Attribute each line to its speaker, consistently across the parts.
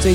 Speaker 1: 最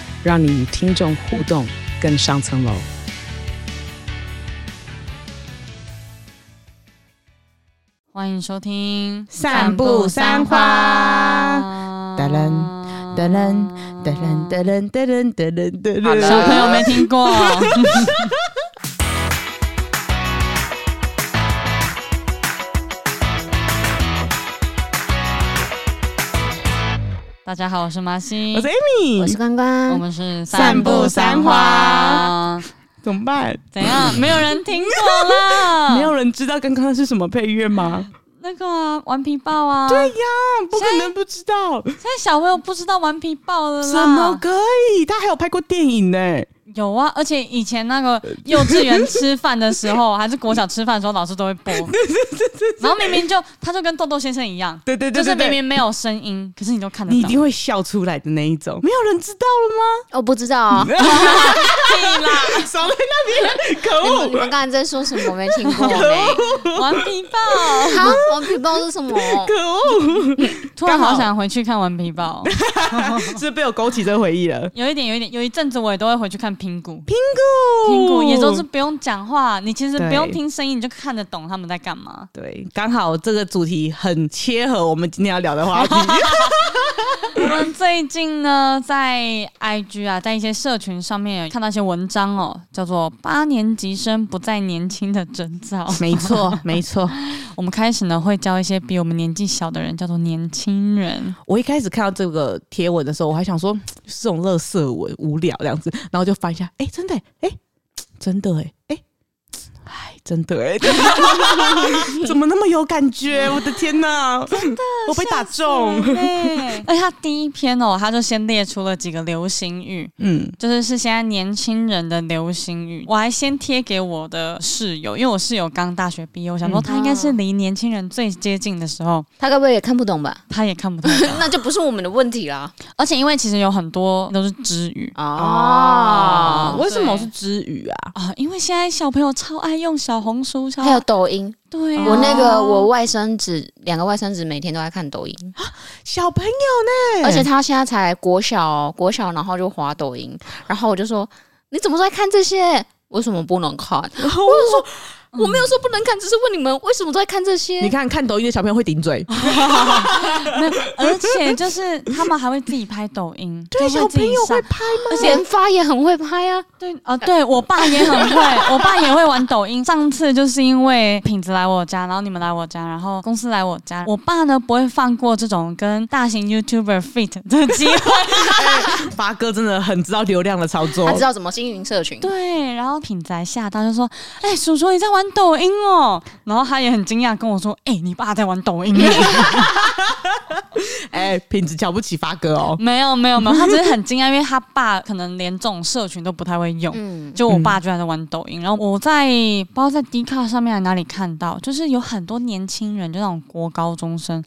Speaker 1: 让你与听众互动更上层楼。
Speaker 2: 欢迎收听《
Speaker 3: 散步三花
Speaker 2: 哒
Speaker 3: 噔噔噔噔噔噔噔噔噔噔噔，
Speaker 2: 小朋友没听过。 大家好，我是麻西，
Speaker 3: 我是 Amy，
Speaker 4: 我是关
Speaker 2: 我
Speaker 4: 关，
Speaker 2: 们是
Speaker 3: 散步三花。怎么办？
Speaker 2: 怎样？没有人听过啦？
Speaker 3: 没有人知道刚刚是什么配乐吗？
Speaker 2: 那个啊，顽皮豹啊！
Speaker 3: 对呀，不可能不知道，
Speaker 2: 现在小朋友不知道顽皮豹了啦。
Speaker 3: 怎么可以？他还有拍过电影呢。
Speaker 2: 有啊，而且以前那个幼稚园吃饭的时 候，还是国小吃饭的时候，老师都会播。然后明明就他就跟豆豆先生一样，
Speaker 3: 对对
Speaker 2: 就
Speaker 3: 对
Speaker 2: 是
Speaker 3: 对
Speaker 2: 明
Speaker 3: 对，
Speaker 2: 明没有声音，可是你都看得
Speaker 3: 你一
Speaker 2: 到。
Speaker 3: 定会笑出来的那一种。没有人知道了
Speaker 4: 我不知道啊，
Speaker 2: 会啦，
Speaker 3: 吗？ 少在那边，可
Speaker 4: 你们你
Speaker 3: 恶！
Speaker 4: 们刚才在说什么？我没听过呢。
Speaker 2: 顽皮豹，
Speaker 4: 好，我不知道是什么。
Speaker 3: 可恶，
Speaker 2: 突然好想回去看顽皮 豹。
Speaker 3: 是不是被我勾起这回忆了。
Speaker 2: 有一点，有一点，有一阵子我也都会回去看拼骨。
Speaker 3: 苹果，
Speaker 2: 拼骨也都是不用讲话，你其实
Speaker 3: 对
Speaker 2: 不用听声音，你就看得懂他们在干嘛。
Speaker 3: 对，刚好这个主题很切合我们今天要聊的话题。
Speaker 2: 我们最近呢，在 IG 啊，在一些社群上面有看到一些文章哦，叫做“八年级生不再年轻的征兆
Speaker 3: 没错，没错。”。
Speaker 2: 我们开始呢，会教一些比我们年纪小的人叫做年轻 人。
Speaker 3: 我一开始看到这个贴文的时候，我还想说是这种乐色文无聊这样子，然后就翻一下，哎、真的、哎、真的、哎、哎，真的、哎， 怎么那么有感觉？我的天哪！真的，我被打中。
Speaker 2: 对，而且他第一篇哦，他就先列出了几个流行语，
Speaker 3: 嗯，
Speaker 2: 就是是现在年轻人的流行语。我还先贴给我的室友，因为我室友刚大学毕业，我想说
Speaker 3: 嗯
Speaker 2: 他应该是离年轻人最接近的时候，
Speaker 4: 他该不会也看不懂吧？
Speaker 2: 他也看不太到。
Speaker 4: 那就不是我们的问题啦。
Speaker 2: 而且因为其实有很多都是知语
Speaker 4: 哦，
Speaker 3: 为什么
Speaker 2: 对
Speaker 3: 是知语啊？
Speaker 2: 啊，因为现在小朋友超爱用小红书，超
Speaker 4: 还有抖音，
Speaker 2: 对啊、
Speaker 4: 我那个我外甥子，两个外甥子每天都在看抖音，
Speaker 3: 小朋友呢？
Speaker 4: 而且他现在才国小哦，国小然后就滑抖音，然后我就说你怎么都在看这些？为什么不能看？
Speaker 3: 然后我说，
Speaker 4: 我没有说不能看，只是问你们为什么都在看这些
Speaker 3: 你？看看抖音的小朋友会顶嘴，
Speaker 2: 没有，而且就是他们还会自己拍抖音，
Speaker 3: 对，
Speaker 2: 就
Speaker 3: 小
Speaker 2: 会自
Speaker 3: 朋
Speaker 2: 己
Speaker 3: 友
Speaker 2: 上
Speaker 3: 会，拍吗？
Speaker 2: 而
Speaker 4: 连
Speaker 2: 且
Speaker 4: 发也很会拍啊，
Speaker 2: 对啊、对我爸也很会，我爸也会玩抖音。上次就是因为品子来我家，然后你们来我家，然后公司来我家，我爸呢不会放过这种跟大型 YouTuber fit 的机会。
Speaker 3: 发哥真的很知道流量的操作
Speaker 4: 他，知道怎么经营社群。
Speaker 2: 对，然后品仔吓到就说：“哎、叔叔你在玩抖音哦。”然后他也很惊讶跟我说：“哎、你爸在玩抖音耶。
Speaker 3: 哎、品质瞧不起发哥哦”。
Speaker 2: 没有没有没有，他只是很惊讶，因为他爸可能连这种社群都不太会用。
Speaker 4: 嗯，
Speaker 2: 就我爸居然在玩抖音，然后我在不知道在 d 卡上面还哪里看到，就是有很多年轻人，就那种国高中生，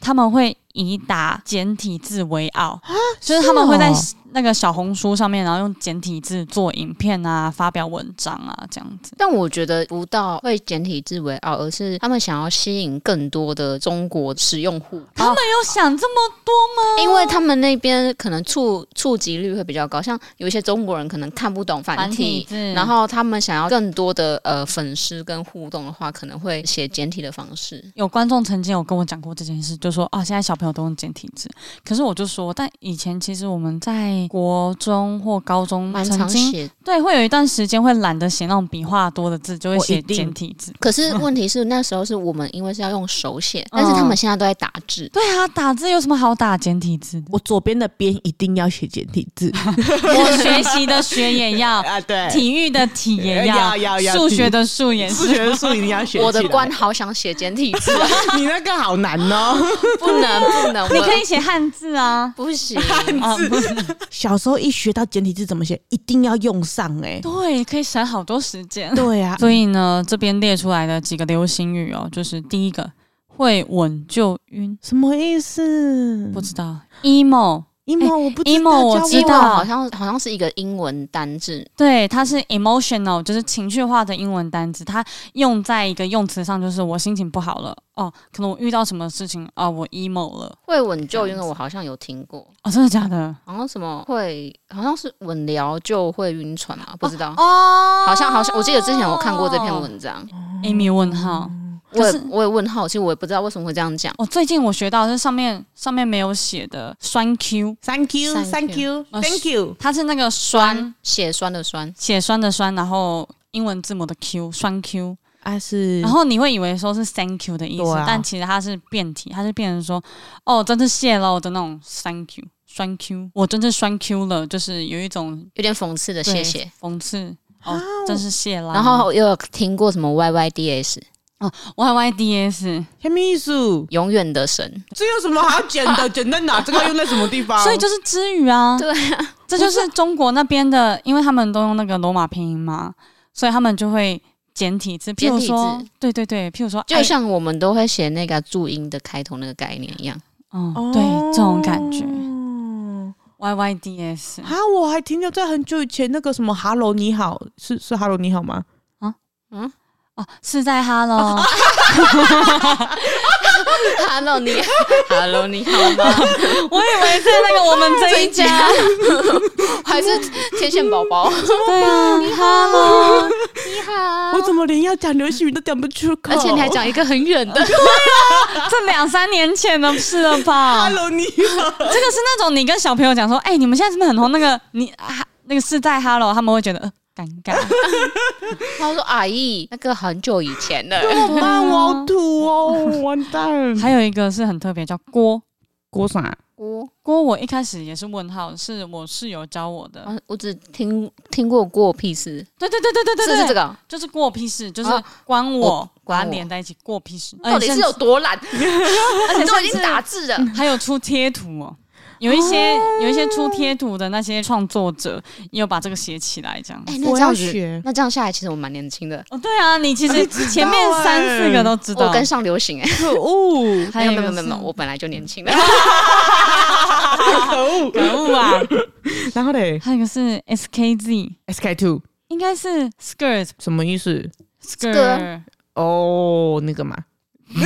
Speaker 2: 他们会以打简体字为傲，
Speaker 4: 啊
Speaker 2: 就是他们会在
Speaker 3: 哦
Speaker 2: 那个小红书上面，然后用简体字做影片啊、发表文章啊这样子。
Speaker 4: 但我觉得不到会简体字为傲，而是他们想要吸引更多的中国使用户，
Speaker 2: 他们有想这么多吗？
Speaker 4: 因为他们那边可能触触及率会比较高，像有一些中国人可能看不懂繁体。
Speaker 2: 字
Speaker 4: 然后他们想要更多的呃粉丝跟互动的话，可能会写简体的方式。
Speaker 2: 有观众曾经有跟我讲过这件事，就说啊，现在小朋友都用简体字。可是我就说，但以前其实我们在国中或高中
Speaker 4: 蛮
Speaker 2: 曾
Speaker 4: 常
Speaker 2: 经
Speaker 4: 写，
Speaker 2: 对，会有一段时间会懒得写那种笔画多的字，就会
Speaker 3: 我
Speaker 2: 写
Speaker 3: 一定
Speaker 2: 简体字。
Speaker 4: 可是问题是那时候是我们因为是要用手写，但是他们现在都在打字，
Speaker 2: 对啊，打字有什么好打简体字
Speaker 3: ？我左边的边一定要写简体字
Speaker 2: 我学习的学也要，
Speaker 3: 啊， 对
Speaker 2: 体育的体也
Speaker 3: 呃要要要
Speaker 2: 数学的数也
Speaker 3: 数
Speaker 2: 是。
Speaker 3: 学的数一定要学起来。
Speaker 4: 我的官好想写简体字，啊
Speaker 3: 你那个好难哦，
Speaker 4: 不能不能，
Speaker 2: 你
Speaker 4: 我
Speaker 2: 可以写汉字啊
Speaker 4: ，不行，
Speaker 2: 啊，不是
Speaker 3: 小时候一学到简体字怎么写，一定要用上哎、
Speaker 2: 对，可以省好多时间。
Speaker 3: 对啊，
Speaker 2: 所以呢，这边列出来的几个流行语哦，就是第一个会稳就晕，
Speaker 3: 什么意思？
Speaker 2: 不知道 emo，
Speaker 3: emo 我不知道
Speaker 2: emo 我
Speaker 3: 教
Speaker 2: 知道
Speaker 4: 因为好像好像是一个英文单字，
Speaker 2: 对，它是 emotional，就是情绪化的英文单词，它用在一个用词上，就是我心情不好了哦，可能我遇到什么事情啊、我 emo 了
Speaker 4: 会稳就晕，我好像有听过，
Speaker 2: 哦，真的假的？
Speaker 4: 好像什么会，好像是稳聊就会晕船嘛，不知道，
Speaker 2: 哦，
Speaker 4: 好像好像我记得之前有看过这篇文章，
Speaker 2: Amy 问号。
Speaker 4: 我
Speaker 2: 可
Speaker 4: 也
Speaker 2: 是
Speaker 4: 我也问号，其实我也不知道为什么会这样讲。
Speaker 2: 哦，最近我学到的是上面上面没有写的酸 Q，
Speaker 3: Thank you,
Speaker 4: Thank
Speaker 3: thank you,
Speaker 2: 呃
Speaker 3: thank you。
Speaker 2: 它是那个酸
Speaker 4: 血栓的栓，
Speaker 2: 血栓的酸，然后英文字母的 Q，酸 Q。
Speaker 3: 啊是，
Speaker 2: 然后你会以为说是 thank you 的意思，
Speaker 3: 对啊
Speaker 2: 但其实它是变体，它是变成说哦，真是谢喽的那种 thank you，酸 Q，我真是酸 Q 了，就是有一种
Speaker 4: 有点讽刺的谢谢。
Speaker 2: 讽刺
Speaker 3: 啊
Speaker 2: 哦，真是谢啦。
Speaker 4: 然后又有听过什么 YYDS，
Speaker 2: Y Y D S，
Speaker 3: 什么意思？
Speaker 4: 永远的神，
Speaker 3: 这有什么好简的？简单哪？这个用在什么地方
Speaker 2: 所以就是之语啊，
Speaker 4: 对
Speaker 2: 这就是中国那边的，因为他们都用那个罗马拼音嘛，所以他们就会简体字，譬如
Speaker 4: 简
Speaker 2: 说
Speaker 4: 体字，
Speaker 2: 对对对，譬如说，
Speaker 4: 就像我们都会写那个注音的开头那个概念一样。
Speaker 2: 哎嗯，对，这种感觉
Speaker 3: 哦
Speaker 2: ，Y Y D S
Speaker 3: 啊，我还停留在很久以前那个什么 “hello 你好”，是是 “hello 你好”吗？
Speaker 4: 嗯
Speaker 2: 哦，是在 Hello。
Speaker 4: ，Hello 你 ，Hello 你好吗？
Speaker 2: 我以为是那个我们这 一家，
Speaker 4: 还是天线宝宝？
Speaker 2: 对 啊，Hello，
Speaker 4: 你
Speaker 2: 啊
Speaker 4: 好
Speaker 3: 我怎么连要讲流行语都讲不出口？
Speaker 4: 而且你还讲一个很远的，
Speaker 2: 这两三年前的事了吧？
Speaker 3: “hello 你好
Speaker 2: 这个是那种你跟小朋友讲说，哎、你们现在是不是很红那个你啊那个是在 Hello，他们会觉得呃尴尬，
Speaker 4: 他说阿姨，那个很久以前的，”，
Speaker 3: 好 棒哦，我好土哦，完蛋！
Speaker 2: 还有一个是很特别叫 郭啊
Speaker 3: 郭啥？
Speaker 4: 我
Speaker 2: 郭，我一开始也是问号，是我室友教我的，
Speaker 4: 我只听听过过屁事，
Speaker 2: 对对对对对对
Speaker 4: 是
Speaker 2: 对，
Speaker 4: 是这个，
Speaker 2: 就是过我屁事，就是
Speaker 4: 啊
Speaker 2: 关我
Speaker 4: 我。
Speaker 2: 把
Speaker 4: 关
Speaker 2: 它
Speaker 4: 我
Speaker 2: 连在一起过我屁事，哎
Speaker 4: 到底
Speaker 2: 而
Speaker 4: 是
Speaker 2: 且
Speaker 4: 有多懒？
Speaker 2: 而 且
Speaker 4: 都
Speaker 2: 甚
Speaker 4: 已
Speaker 2: 至
Speaker 4: 经打字了，
Speaker 2: 还有出贴图哦，有一些、
Speaker 4: 哦
Speaker 2: 有一些出贴图的那些创作者也有把这个写起来，这样。
Speaker 4: 哎、那
Speaker 3: 我
Speaker 4: 这
Speaker 3: 要
Speaker 4: 样子，
Speaker 3: 学。
Speaker 4: 那这样下来，其实我蛮年轻的，
Speaker 2: 哦，对啊，你其实前面三四个都知道
Speaker 4: 我，跟上流行哎、
Speaker 3: 可恶！
Speaker 2: 还有
Speaker 4: 没
Speaker 2: 一
Speaker 4: 有
Speaker 2: 个
Speaker 4: 没有没有
Speaker 2: 是
Speaker 4: 没有，我本来就年轻了。
Speaker 3: 可恶！
Speaker 2: 可恶啊！
Speaker 3: 然后嘞
Speaker 2: 还有一个是 SKZ，
Speaker 3: ，SK Two
Speaker 2: 应该是 skirt
Speaker 3: 什么意思？
Speaker 2: skirt，
Speaker 3: 哦，那个嘛。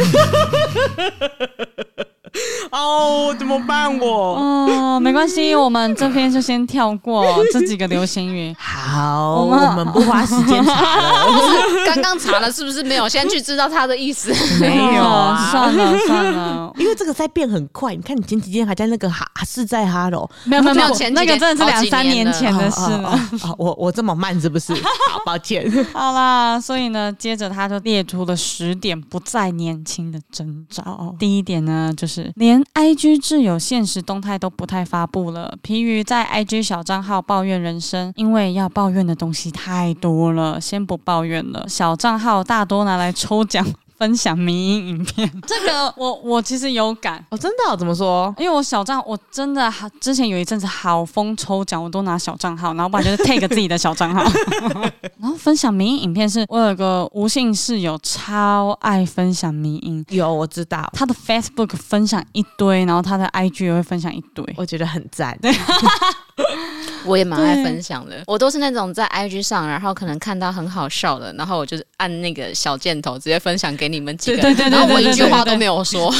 Speaker 3: 哦，怎么办我？
Speaker 2: 嗯、没关系，我们这边就先跳过这几个流行 语。
Speaker 3: 好，
Speaker 2: 我
Speaker 3: 我
Speaker 2: 们
Speaker 3: 们不花时间查 了，
Speaker 4: 刚刚查了是不是没有？先去知道他的意思。
Speaker 3: 没有啊。
Speaker 2: 算了算了，
Speaker 3: 因为这个在变很快，你看你前几天还在那个哈是在哈喽，
Speaker 2: 没有没有没有
Speaker 4: 没有前，几
Speaker 2: 那个
Speaker 4: 年
Speaker 2: 真的是
Speaker 4: 好
Speaker 2: 两
Speaker 4: 几
Speaker 2: 三
Speaker 4: 年
Speaker 2: 年
Speaker 4: 了
Speaker 2: 前的事
Speaker 3: 哦
Speaker 2: 了。
Speaker 3: 哦哦哦我我这么慢是不是？好，抱歉。
Speaker 2: 好啦，所以呢，接着他就列出了十点不再年轻的征兆。第一点呢，就是连 IG 挚友现实动态都不太发布了，疲于在 IG 小账号抱怨人生，因为要抱怨的东西太多了，先不抱怨了。小账号大多拿来抽奖、分享迷因影片，这个我我其实有感。
Speaker 3: 哦，真的哦、怎么说？
Speaker 2: 因为我小账，我真的好之前有一阵子好疯抽奖，我都拿小账号，然后不然就是 take 自己的小账号， 然后分享迷因影片是。我有个无姓室友超爱分享迷因，
Speaker 3: 有我知道，
Speaker 2: 他的 Facebook 分享一堆，然后他的 IG 也会分享一堆。
Speaker 3: 我觉得很赞。
Speaker 4: 我也蛮爱分享的，我都是那种在 IG 上，然后可能看到很好笑的，然后我就是按那个小箭头直接分享给你们几个，
Speaker 2: 对对对
Speaker 4: 然后我
Speaker 2: 对对
Speaker 4: 一句话都
Speaker 2: 对
Speaker 4: 没有说。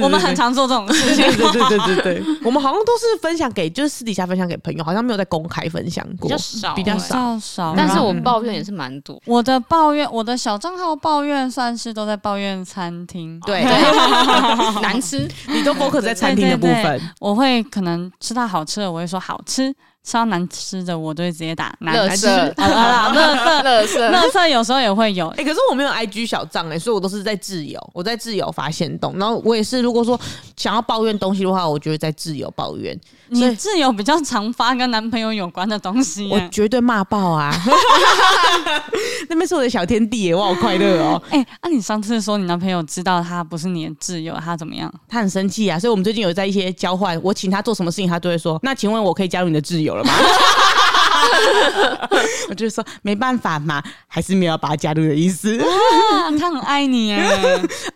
Speaker 2: 我们很常做这种事情。
Speaker 3: 对对对对 对对，我们好像都是分享给，就是私底下分享给朋友，好像没有在公开分享过
Speaker 4: 比较。少，啊
Speaker 3: 比较
Speaker 2: 比
Speaker 3: 少
Speaker 2: 较少，嗯
Speaker 4: 但是
Speaker 2: 然后
Speaker 4: 我抱怨也是蛮多。
Speaker 2: 我的抱怨，我的小账号抱怨算是都在抱怨餐厅，
Speaker 3: 对，
Speaker 4: 对，难吃。
Speaker 3: 你都 focus 在餐厅的部分。
Speaker 2: 我会可能吃到好吃的，我会说好吃。吃到难吃的，我都会直接打难
Speaker 4: 垃
Speaker 2: 吃。
Speaker 4: 圾
Speaker 2: 好啦，乐色
Speaker 4: 乐色，
Speaker 2: 乐色有时候也会有
Speaker 3: 哎、，可是我没有 IG 小账哎、所以我都是在自由，我在自由发现动。然后我也是，如果说想要抱怨东西的话，我就会在自由抱怨，所
Speaker 2: 你
Speaker 3: 以
Speaker 2: 自由比较常发跟男朋友有关的东西
Speaker 3: 我
Speaker 2: 耶。
Speaker 3: 绝对骂爆啊！ 那边是我的小天地耶、我好快乐哦。
Speaker 2: 哎、那、你上次说你男朋友知道他不是你的挚友，他怎么样？
Speaker 3: 他很生气啊，所以我们最近有在一些交换，我请他做什么事情，他都会说：“那请问我可以加入你的挚友了吗？” 我就说没办法嘛，还是没有把他加入的意 思。
Speaker 2: 啊，他很爱你耶！
Speaker 3: 啊，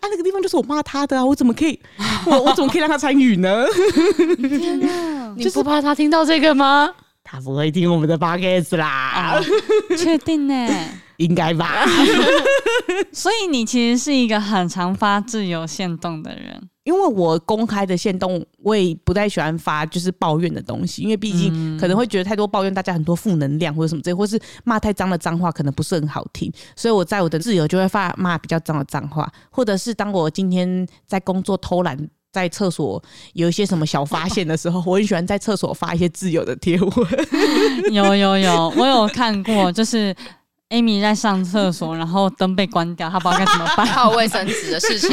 Speaker 3: 那个地方就是我骂他的啊，我怎么可以，我我怎么可以让他参与呢？
Speaker 4: 你不怕他听到这个吗？
Speaker 3: 他不会听我们的 podcast 啦，
Speaker 2: 确定呢？
Speaker 3: 应该吧？
Speaker 2: 所以你其实是一个很常发自由限动的人。
Speaker 3: 因为我公开的线动，我也不太喜欢发就是抱怨的东西，因为毕竟可能会觉得太多抱怨，大家很多负能量或者什么之类，或是骂太脏的脏话，可能不是很好听。所以我在我的自由就会发骂比较脏的脏话，或者是当我今天在工作偷懒。在厕所有一些什么小发现的时候，我很喜欢在厕所发一些自由的贴文。
Speaker 2: 有有有，我有看过，就是 Amy 在上厕所，然后灯被关掉，她不知道该怎么 办。
Speaker 4: 还有卫生纸的 事情，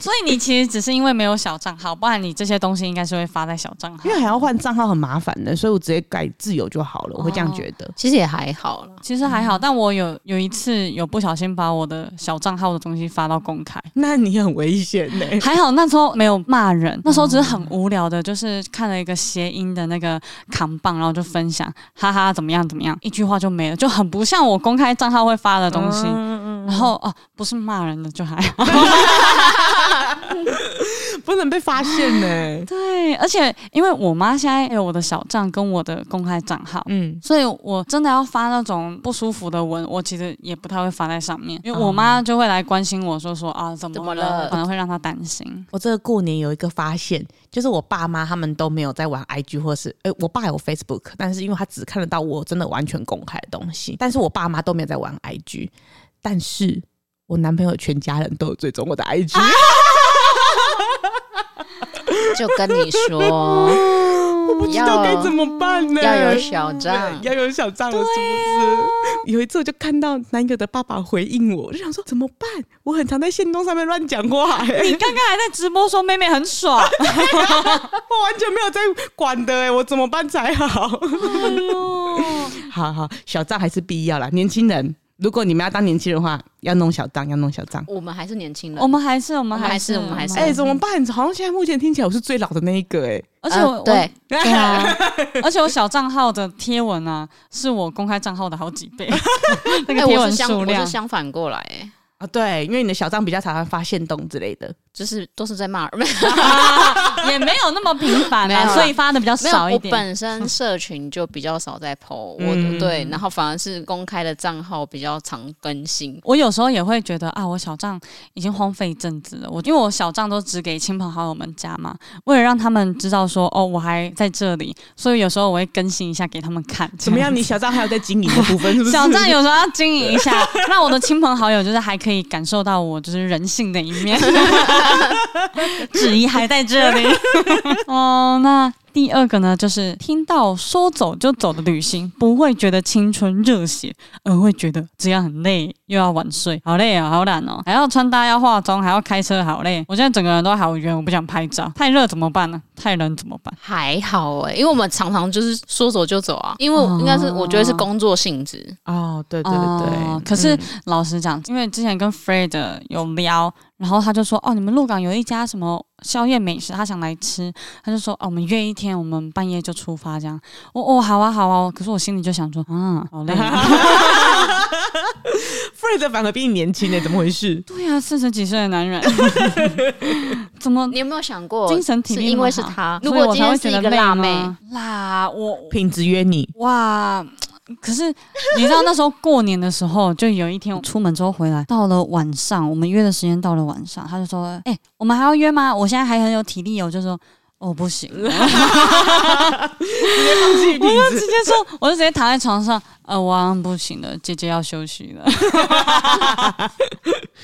Speaker 2: 所以你其实只是因为没有小账号，不然你这些东西应该是会发在小账号
Speaker 3: 因为。还要换账号很麻烦的，所以我直接改自由就好了。我会这样觉得。
Speaker 4: 其实也还好了。
Speaker 2: 其实还好，但我有有一次有不小心把我的小账号的东西发到公开，
Speaker 3: 那你很危险呢、
Speaker 2: 还好那时候没有骂人，那时候只是很无聊的，就是看了一个谐音的那个扛棒，然后就分享，哈哈，怎么样怎么样，一句话就没了，就很不像我公开账号会发的东西。然后哦、不是骂人的就还好。
Speaker 3: 不能被发现呢、
Speaker 2: 对，而且因为我妈现在有我的小账跟我的公开账号。
Speaker 3: 嗯，
Speaker 2: 所以，我真的要发那种不舒服的文，我其实也不太会发在上面，因为我妈就会来关心我说说啊怎
Speaker 4: 怎
Speaker 2: 么
Speaker 4: 么
Speaker 2: 了，
Speaker 4: 了
Speaker 2: 可能会让她担 心。
Speaker 3: 我这个过年有一个发现，就是我爸妈他们都没有在玩 IG 或是，诶、我爸有 Facebook，但是因为他只看得到我真的完全公开的东西，但是我爸妈都没有在玩 IG，但是我男朋友全家人都有追踪我的 IG，、
Speaker 4: 就跟 你说，
Speaker 3: 我不知道
Speaker 4: 要
Speaker 3: 该怎么办呢、
Speaker 4: 要有小账
Speaker 3: 要有小账了，是不是？有一次我就看到男友的爸爸回应我，我就想说怎么办？我很常在线动上面乱讲 话、欸，
Speaker 2: 你刚刚还在直播说妹妹很爽，
Speaker 3: 我完全没有在管的、欸，我怎么办才好？
Speaker 2: 哎 呦，
Speaker 3: 好好，小账还是必要啦。年轻人，如果你们要当年轻人的话，要弄小账，要弄小账。
Speaker 4: 我们还是年轻人，
Speaker 2: 我们还是我们
Speaker 4: 们还是
Speaker 2: 是嗯
Speaker 4: 我们还是
Speaker 3: 哎、怎么办？好像现在目前听起来我是最老的那一个哎、
Speaker 2: 而且我
Speaker 4: 呃对，
Speaker 2: 我对啊， 而且我小账号的贴文啊，是我公开账号的好几 倍，那
Speaker 4: 哎，
Speaker 2: 个贴
Speaker 4: 我
Speaker 2: 文
Speaker 4: 是相
Speaker 2: 数
Speaker 4: 我
Speaker 2: 量
Speaker 4: 是。相反过来，哎，
Speaker 3: 啊，对，因为你的小账比较常常发现动之类的，
Speaker 4: 就是都是在骂人。
Speaker 2: 啊也没有那么频繁
Speaker 4: 没有
Speaker 2: 啊，
Speaker 4: 啦
Speaker 2: 所以发的比较
Speaker 4: 没有，
Speaker 2: 少一
Speaker 4: 我
Speaker 2: 点。
Speaker 4: 本身社群就比较少在 PO，
Speaker 3: 嗯
Speaker 4: 我对，然后反而是公开的账号比较常更新。
Speaker 2: 我有时候也会觉得啊，我小账已经荒废一阵子了。我因为我小账都只给亲朋好友们加嘛，为了让他们知道说哦，我还在这里，所以有时候我会更新一下给他们看。
Speaker 3: 怎么样？你小账还有在经营的部分，是不是？
Speaker 2: 小站有时候要经营一下，让我的亲朋好友就是还可以感受到我就是人性的一 面。质疑还在这里。哦，那第二个呢，就是听到说走就走的旅行，不会觉得青春热血，而会觉得这样很累，又要晚睡，好累啊、好懒哦，还要穿搭，要化妆，还要开车，好累。我现在整个人都好冤，我不想拍照。太热怎么办呢？太冷怎么办？
Speaker 4: 还好哎、因为我们常常就是说走就走啊，因为应该
Speaker 2: 哦
Speaker 4: 是、我觉得是工作性质，
Speaker 3: 哦，对对对对。
Speaker 2: 哦可是老实讲，因为之前跟 Fred 有聊，然后他就说，哦，你们鹿港有一家什么宵夜美食，他想来吃，他就说，哦，我们约一天，我们半夜就出发这样。哦哦，好啊好啊，可是我心里就想说，啊，好累、 啊。？
Speaker 3: Fred 反而比你年轻呢、欸怎么回事
Speaker 2: 对啊，四十几岁的男 人，怎么
Speaker 4: 你有没有想过，
Speaker 2: 精神体力
Speaker 4: 是因
Speaker 2: 那么
Speaker 4: 为是
Speaker 2: 好
Speaker 4: 他？
Speaker 2: 所
Speaker 4: 如
Speaker 2: 以
Speaker 4: 果
Speaker 2: 我
Speaker 4: 今
Speaker 2: 才会
Speaker 4: 天是
Speaker 2: 觉
Speaker 4: 一
Speaker 2: 得
Speaker 4: 个
Speaker 2: 累
Speaker 4: 辣
Speaker 2: 吗
Speaker 4: 妹，
Speaker 2: 辣，我
Speaker 3: 品质约你，
Speaker 2: 哇！可是你知道那时候过年的时候，就有一天我出门之后回来，到了晚上，我们约的时间到了晚上，他就说：“哎、我们还要约吗？我现在还很有体力哦。”我就说：“哦，不 行。”
Speaker 3: 放弃品
Speaker 2: 直
Speaker 3: 质。
Speaker 2: 接说，我就直接躺在床上，呃，我好像不行了，姐姐要休息了。
Speaker 3: 欸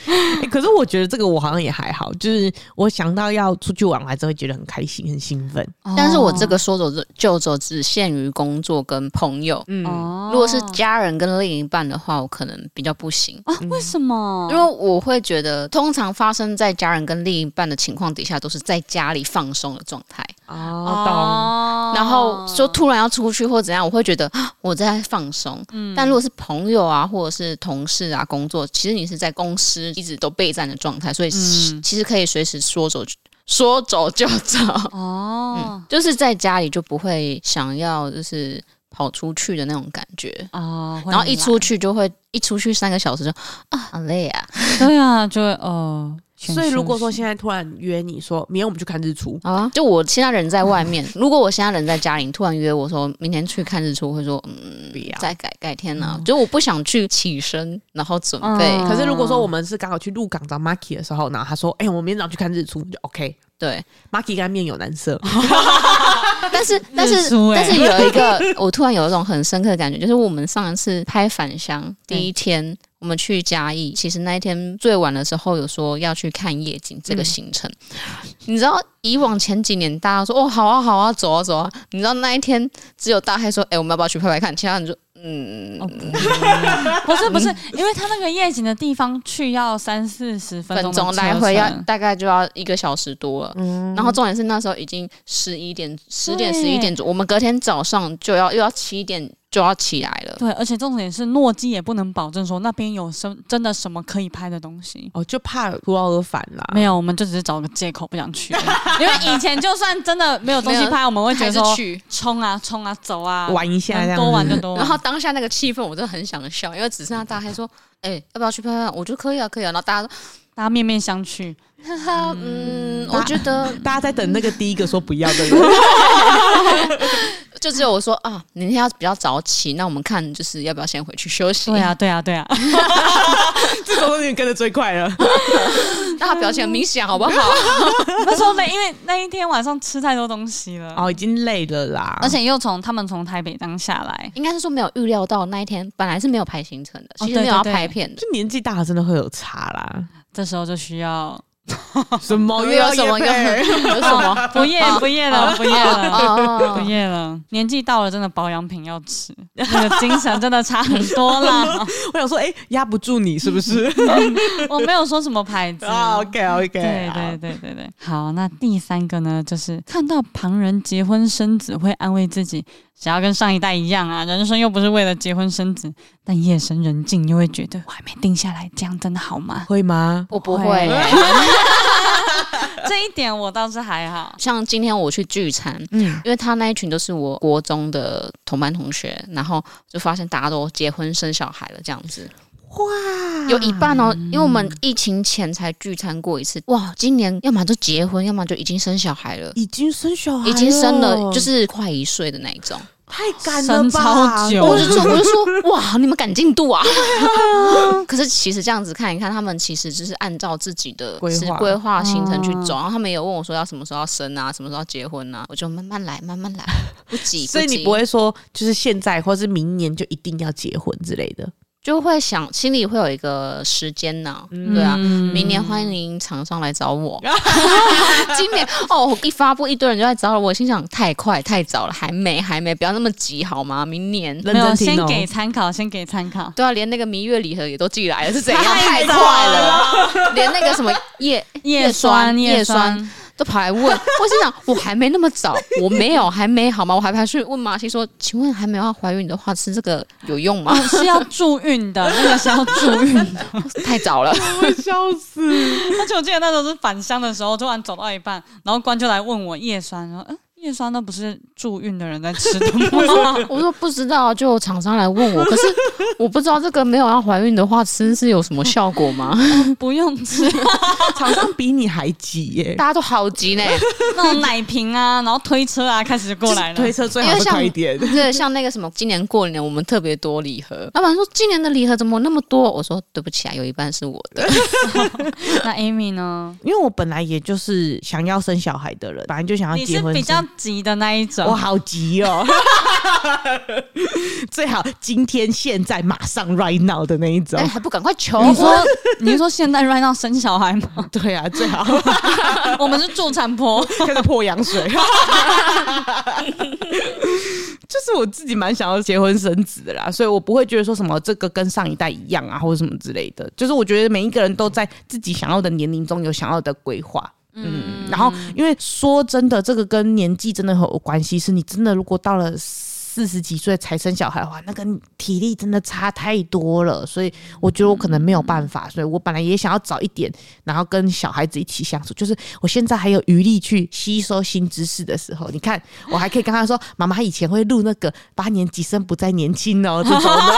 Speaker 3: 哎可是我觉得这个我好像也还好，就是我想到要出去玩，我还是会觉得很开心、很兴奋。
Speaker 4: 但是我
Speaker 2: 哦
Speaker 4: 这个说走就走只限于工作跟朋友，
Speaker 3: 嗯，
Speaker 2: 哦，
Speaker 4: 如果是家人跟另一半的话，我可能比较不行。
Speaker 2: 啊，为什么？
Speaker 3: 哦
Speaker 4: 因为我会觉得，通常发生在家人跟另一半的情况底下，都是在家里放松的状态，
Speaker 2: 嗯
Speaker 3: 哦，
Speaker 2: 哦
Speaker 4: 然后说突然要出去或怎样，我会觉得啊我在放松。
Speaker 2: 嗯
Speaker 4: 但如果是朋友啊，或者是同事啊，工作，其实你是在公司一直都备战的状态，所以
Speaker 2: 嗯
Speaker 4: 其实可以随时说走 说走就走。
Speaker 2: 哦
Speaker 4: 就是在家里就不会想要就是跑出去的那种感觉，
Speaker 2: 哦，会
Speaker 4: 然后一
Speaker 2: 很
Speaker 4: 出去就会一出去三个小时就啊好累啊，
Speaker 2: 懒对啊，就会哦。
Speaker 3: 懂。所以如果说现在突然约你说明天我们去看日出，
Speaker 4: 好啊，就我现在人在外面，如果我现在人在家里，你突然约我说明天去看日出，我会说嗯
Speaker 3: 不要
Speaker 4: 再改改天啊，就我不想去起身然后准备，
Speaker 2: 嗯
Speaker 3: 可是如果说我们是刚好去鹿港找 Marky 的时候，然后他说：“哎、我们明天早上去看日出。”就 OK，Marky
Speaker 4: 对，
Speaker 3: 应该面有难色。
Speaker 4: 但是但
Speaker 2: 日
Speaker 4: 是
Speaker 2: 出欸
Speaker 4: 但是有一 个我突然有一种很深刻的感觉，就是我们上一次拍返乡第一
Speaker 2: 嗯
Speaker 4: 天。我们去嘉义，其实那一天最晚的时候有说要去看夜景这个行程。
Speaker 2: 嗯
Speaker 4: 你知道以往前几年大家说哦好啊好啊走啊走啊，你知道那一天只有大黑说哎、我们要不要去拍拍看，其他人就嗯
Speaker 2: 哦不 不是不是，因为他那个夜景的地方去要三四十分
Speaker 4: 分
Speaker 2: 的
Speaker 4: 钟
Speaker 2: 车
Speaker 4: 来回要
Speaker 2: 程
Speaker 4: 大概就要一个小时多了。
Speaker 3: 嗯，
Speaker 4: 然后重点是那时候已经十一点、十点、
Speaker 2: 对
Speaker 4: 十一点左右，我们隔天早上就要又要七点就要起来了。
Speaker 2: 对，而且重点是诺基也不能保证说那边有什真的什么可以拍的东西。
Speaker 3: 哦，就怕徒劳而返啦。
Speaker 4: 啊
Speaker 2: 没有，我们就只是找个借口不想 去而已，因为以前就算真的没有东
Speaker 4: 没
Speaker 2: 西
Speaker 4: 有
Speaker 2: 拍，我们会觉
Speaker 4: 还
Speaker 2: 得
Speaker 4: 是
Speaker 2: 说
Speaker 4: 去，
Speaker 2: 冲啊冲啊走啊，
Speaker 3: 玩一下
Speaker 2: 能
Speaker 3: 这样子，
Speaker 2: 多玩就多玩。
Speaker 4: 然后当下那个气氛，我真的很想笑，因为只剩下大黑说：“
Speaker 2: 嗯
Speaker 4: 哎、要不要去拍拍？”我就可以啊，可以啊。”然后 大家
Speaker 2: 大家面面相觑，
Speaker 4: 说：“哈哈，嗯，
Speaker 3: 大
Speaker 4: 我觉得
Speaker 3: 大家在等那个第一个说不要的人。
Speaker 4: 就只有我说啊，明天要比较早起，那我们看就是要不要先回去休息。”
Speaker 2: 对，啊对啊对啊，
Speaker 3: 这种你跟的最快了。
Speaker 4: 大家表情很明显， 好不好？
Speaker 2: 那时候累，因为那一天晚上吃太多东西了，
Speaker 3: 哦，已经累了啦，
Speaker 2: 而且又从他们从台北刚下来，
Speaker 4: 应该是说没有预料到那一天本来是没有排行程的，
Speaker 2: 哦
Speaker 4: 其实没有要
Speaker 2: 对对对
Speaker 4: 拍片的。
Speaker 3: 就年纪大了真的会有差啦。
Speaker 2: 这时候就需要
Speaker 3: 什么
Speaker 4: 哦又有什么又 有什么？
Speaker 2: 哦不夜不夜了不夜 了不
Speaker 4: 哦，
Speaker 2: 夜了，年纪到了真的保养品要吃， 那个精神真的差很多啦。
Speaker 3: 我想说，哎、压不住你是不是？
Speaker 2: 我没有说什么牌 子
Speaker 3: 啊，OK OK，
Speaker 2: 嗯对对对对对，好，那第三个呢，就是看到旁人结婚生子，会安慰自己，只要跟上一代一样啊，人生又不是为了结婚生子。但夜深人静，又会觉得我还没定下来，这样真的好 吗？
Speaker 3: 会吗？
Speaker 4: 我不
Speaker 2: 会
Speaker 4: 会。
Speaker 2: 这一点我倒是还好。
Speaker 4: 像今天我去聚餐，
Speaker 3: 嗯，
Speaker 4: 因为他那一群都是我国中的同班同学，然后就发现大家都结婚生小孩了，这样子。哇，有一半哦，因为我们疫情前才聚餐过一次。哇，今年要么就结婚，要么就已经生小孩了，
Speaker 3: 已经生小孩，
Speaker 4: 已经生了，就是快一岁的那一种。
Speaker 3: 太赶了
Speaker 2: 生
Speaker 3: 吧，
Speaker 2: 超 久
Speaker 4: 我就说， 我就说，哇，你们赶进度啊！
Speaker 3: 啊
Speaker 4: 可是其实这样子看一看，他们其实就是按照自己的
Speaker 3: 规划
Speaker 4: 是规划行程去走。
Speaker 2: 哦
Speaker 4: 然后他们也有问我说要什么时候要生啊，什么时候要结婚啊，我就慢慢来，慢慢 来，不急。
Speaker 3: 所以你
Speaker 4: 急
Speaker 3: 不会说，就是现在或是明年就一定要结婚之类的。
Speaker 4: 就会想心里会有一个时间呢、
Speaker 3: 嗯
Speaker 4: 对啊。
Speaker 2: 嗯
Speaker 4: 明年欢迎厂商来找 我。 今年哦，我一发布一堆人就来找我，我心想太快太早了，还没还没，不要那么急好吗？明年
Speaker 3: 认
Speaker 2: 没有，
Speaker 3: 真听
Speaker 2: 先
Speaker 3: 哦，
Speaker 2: 给参考，先给参考。
Speaker 4: 对啊，连那个蜜月礼盒也都寄来了，是怎样？
Speaker 3: 太
Speaker 4: 太快
Speaker 3: 早
Speaker 4: 了，连那个什么叶
Speaker 2: 叶酸，叶酸，
Speaker 4: 都跑来问。我心想，我还没那么早，我没有，还没好吗？我还跑去问马西说，请问还没有要怀孕的话，吃这个有用吗？
Speaker 2: 是要助孕 的，那个是要助孕的。
Speaker 4: 太早了，
Speaker 3: 笑死！
Speaker 2: 而且我记得那时候是返乡的时候，突然走到一半，然后关就来问我叶酸，说：“嗯、叶酸那不是助孕的人在吃的吗？”
Speaker 4: 我说不知道，啊就有厂商来问我，可是我不知道这个没有要怀孕的话吃是有什么效果吗？
Speaker 2: 不用吃
Speaker 3: 厂商比你还急耶、
Speaker 4: 大家都好急呢，
Speaker 2: 那种奶瓶啊， 然后推车啊，开始就过来
Speaker 3: 就是推
Speaker 2: 了。
Speaker 3: 车最好是快一点。
Speaker 4: 对，像那个什么，今年过年我们特别多礼盒，老板说今年的礼盒怎么那么多？我说对不起啊，有一半是我的。
Speaker 2: 那 Amy 呢？
Speaker 3: 因为我本来也就是想要生小孩的人，本来就想要
Speaker 2: 你
Speaker 3: 结
Speaker 2: 是
Speaker 3: 婚生。
Speaker 2: 比较急的那一种
Speaker 3: 我。好急哦， 最好今天现在马上 right now 的那一种
Speaker 4: 哎，。还不赶快求？
Speaker 2: 你说，你是说现在 right now 生小孩吗？
Speaker 3: 对啊，最好
Speaker 2: 我们是助产婆，
Speaker 3: 开始泼羊水。就是我自己蛮想要结婚生子的啦，所以我不会觉得说什么这个跟上一代一样啊，或者什么之类的。就是我觉得每一个人都在自己想要的年龄中有想要的规划。嗯，然后因为说真的，这个跟年纪真的很有关系。是你真的如果到了四十几岁才生小孩的话，那个体力真的差太多了。所以我觉得我可能没有办法，所以我本来也想要早一点，然后跟小孩子一起相处。就是我现在还有余力去吸收新知识的时候，你看我还可以跟他说：“妈妈以前会录那个八年级生不再年轻哦。”这种 的，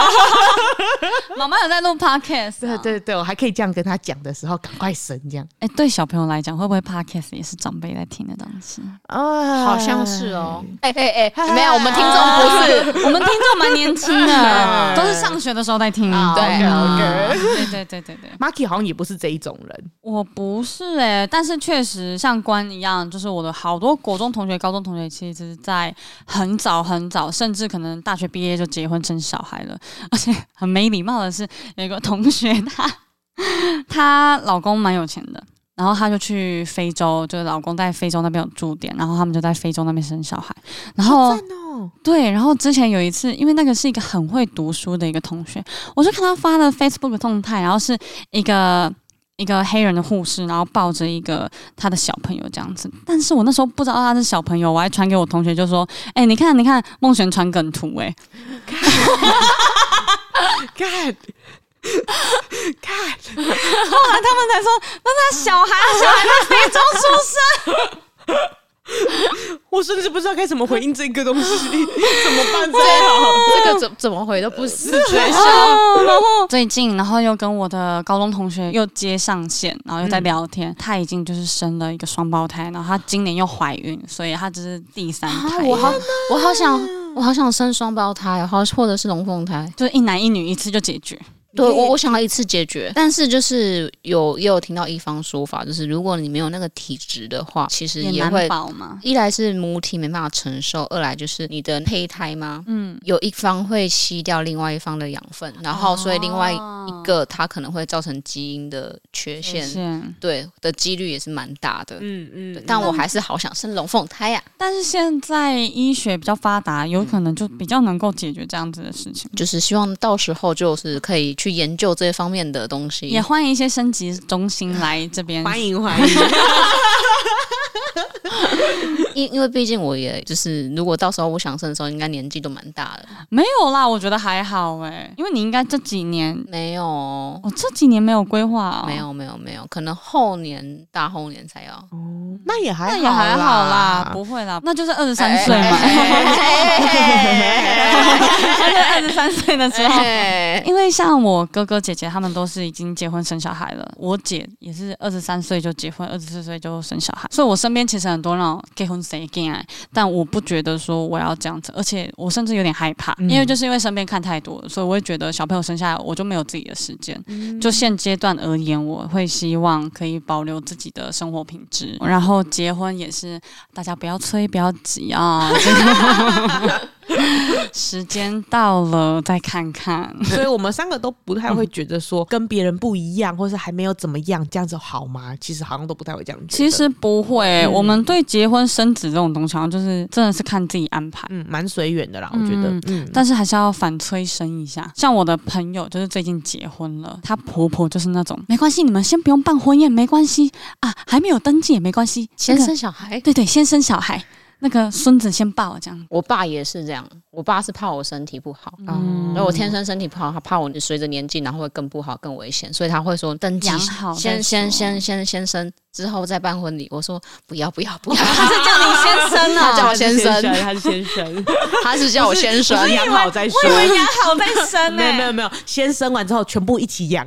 Speaker 2: 妈妈有在录 podcast、
Speaker 3: 对。对对，我还可以这样跟他讲的时候，赶快生这样
Speaker 2: 哎、对小朋友来讲，会不会 podcast 也是长辈在听的东西？
Speaker 3: 啊
Speaker 4: 好像是哦，哎哎哎，没有，我们听众不是。
Speaker 2: 是，我们听众蛮年轻的，都是上学的时候在听。
Speaker 4: 啊
Speaker 2: 对
Speaker 3: OK，OK
Speaker 2: 对对对对对，
Speaker 3: Marky 好像也不是这一种人，
Speaker 2: 我不是哎、但是确实像关一样，就是我的好多国中同学、高中同学，其实在很早很早，甚至可能大学毕业就结婚生小孩了。 而且很没礼貌的是，有一个同学她 她老公蛮有钱的，然后她就去非洲，就是老公在非洲那边有驻点，然后他们就在非洲那边生小孩，然后。
Speaker 3: 哦，
Speaker 2: 对，然后之前有一次，因为那个是一个很会读书的一个同学，我就看他发了 Facebook 动态，然后是一个一个黑人的护士，然后抱着一个他的小朋友这样子。但是我那时候不知道他是小朋友，我还传给我同学，就说：“哎、你看，你看，梦璇传梗图、哎，
Speaker 3: 看看，
Speaker 2: 后来他们才说那是他小孩，他小孩在非洲出生。
Speaker 3: 我甚至不知道该怎么回应这个东 西，怎么办才好？
Speaker 4: 这这个怎怎么回都不 是学校。
Speaker 2: 哦，然后最近，然后又跟我的高中同学又接上线，然后
Speaker 4: 嗯
Speaker 2: 又在聊天。她已经就是生了一个双胞胎，然后她今年又怀孕，所以她这是第三胎。
Speaker 4: 啊我好，我好想，我好想生双胞胎，好或者是龙凤胎。
Speaker 2: 就是一男一女一次就解决。
Speaker 4: 对我，我想要一次解决，但是就是有也有听到一方说法，就是如果你没有那个体质的话，其实也
Speaker 2: 难
Speaker 4: 会
Speaker 2: 保嘛。
Speaker 4: 一来是母体没办法承受，二来就是你的胚胎嘛，嗯，有一方会吸掉另外一方的养分，然后所以另外一个它可能会造成基因的缺陷，
Speaker 2: 是，
Speaker 4: 对的几率也是蛮大的。
Speaker 3: 嗯
Speaker 4: 对
Speaker 3: 嗯，
Speaker 4: 但我还是好想生龙凤胎啊呀、
Speaker 2: 但是现在医学比较发达，有可能就比较能够解决这样子的事情。
Speaker 4: 就是希望到时候就是可以去研究这方面的东西
Speaker 2: 也。欢迎一些升级中心来这边。
Speaker 3: 欢迎欢迎，
Speaker 4: 因因为毕竟我也就是，如果到时候我想生的时候，应该年纪都蛮大了。
Speaker 2: 没有啦，我觉得还好哎、因为你应该这几年，
Speaker 4: 没有，
Speaker 2: 我、这几年没有规划、哦，
Speaker 4: 没。有，没有，没有，可能后年大后年才要。
Speaker 2: 哦
Speaker 3: 那也还
Speaker 2: 那也还好啦，不会啦，那就是二十三岁嘛，二十三岁的时候。
Speaker 4: 哎
Speaker 2: 因为像我哥哥姐姐他们都是已经结婚生小孩了，我姐也是二十三岁就结婚，二十四岁就生小孩，所以我身边其实很多那种结婚谁恋爱，但我不觉得说我要这样子，而且我甚至有点害怕，因为就是因为身边看太多了，所以我会觉得小朋友生下来我就没有自己的时间，就现阶段而言，我会希望可以保留自己的生活品质，然后结婚也是大家不要催，不要急啊，这个时间到了再看看。
Speaker 3: 所以我们三个都不太会觉得说跟别人不一样，或是还没有怎么样，这样子好吗？其实好像都不太会这样觉得。
Speaker 2: 其实不会、我们对结婚生子这种东西，好像就是真的是看自己安排。
Speaker 3: 嗯，蛮随缘的啦，我觉得。
Speaker 2: 嗯
Speaker 3: 嗯，
Speaker 2: 但是还是要反催生一下，像我的朋友就是最近结婚了，她婆婆就是那种没关系，你们先不用办婚宴，没关系啊，还没有登记也没关系，
Speaker 4: 先
Speaker 2: 那个
Speaker 4: 生小孩，
Speaker 2: 对对，先生小孩，那个孙子先抱这样。
Speaker 4: 我爸也是这样。我爸是怕我身体不好，
Speaker 3: 嗯
Speaker 4: 因为我天生身体不好，他怕我随着年纪然后会更不好、更危险，所以他会说登记
Speaker 2: 养好再
Speaker 4: 先先
Speaker 2: 说
Speaker 4: 先先先生之后再办婚礼。我说不要不要不要，
Speaker 2: 他是叫你先生
Speaker 4: 他叫
Speaker 2: 啊
Speaker 4: 我先生，
Speaker 3: 他是先哦 生，
Speaker 4: 他是叫我先生
Speaker 3: 不。是养好再说。
Speaker 2: 我以为养好再生呢、
Speaker 3: 没有没有没有，先生完之后全部一起 养，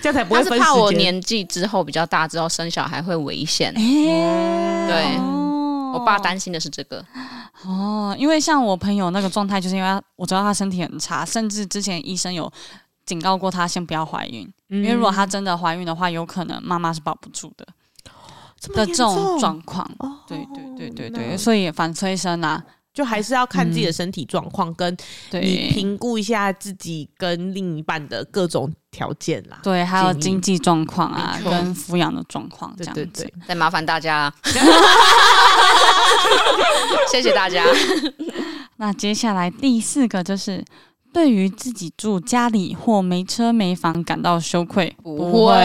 Speaker 3: 这样才不
Speaker 4: 他
Speaker 3: 会
Speaker 4: 是
Speaker 3: 分时
Speaker 4: 怕我
Speaker 3: 间。
Speaker 4: 年纪之后比较大之后生小孩会危险，
Speaker 2: 哎、
Speaker 4: 对
Speaker 2: 哦
Speaker 4: 我爸担心的是这个。
Speaker 2: 哦，因为像我朋友那个状态，就是因为他我知道他身体很差，甚至之前医生有警告
Speaker 3: 嗯
Speaker 2: 过他先不要怀孕，因为如果她真的怀孕的话，有可能妈妈是保不住的。
Speaker 3: 这么
Speaker 2: 的
Speaker 3: 严
Speaker 2: 这
Speaker 3: 重
Speaker 2: 种状况。
Speaker 3: 哦
Speaker 2: 对对对对
Speaker 3: 那
Speaker 2: 对，所以反催生啊，
Speaker 3: 嗯就还是要看自己的
Speaker 2: 嗯
Speaker 3: 身体状况，跟你
Speaker 2: 对
Speaker 3: 评估一下自己跟另一半的各种条件啦。
Speaker 2: 对，还有
Speaker 3: 建议
Speaker 2: 经济状况啊
Speaker 4: 没，错
Speaker 2: 跟抚养的状况这
Speaker 3: 对
Speaker 2: 样
Speaker 3: 对
Speaker 2: 子
Speaker 3: 对。，
Speaker 4: 再麻烦大家啦，谢谢大家。
Speaker 2: 那接下来第四个就是。对于自己住家里或没车没房感到羞愧，
Speaker 4: 不
Speaker 2: 会。
Speaker 3: 因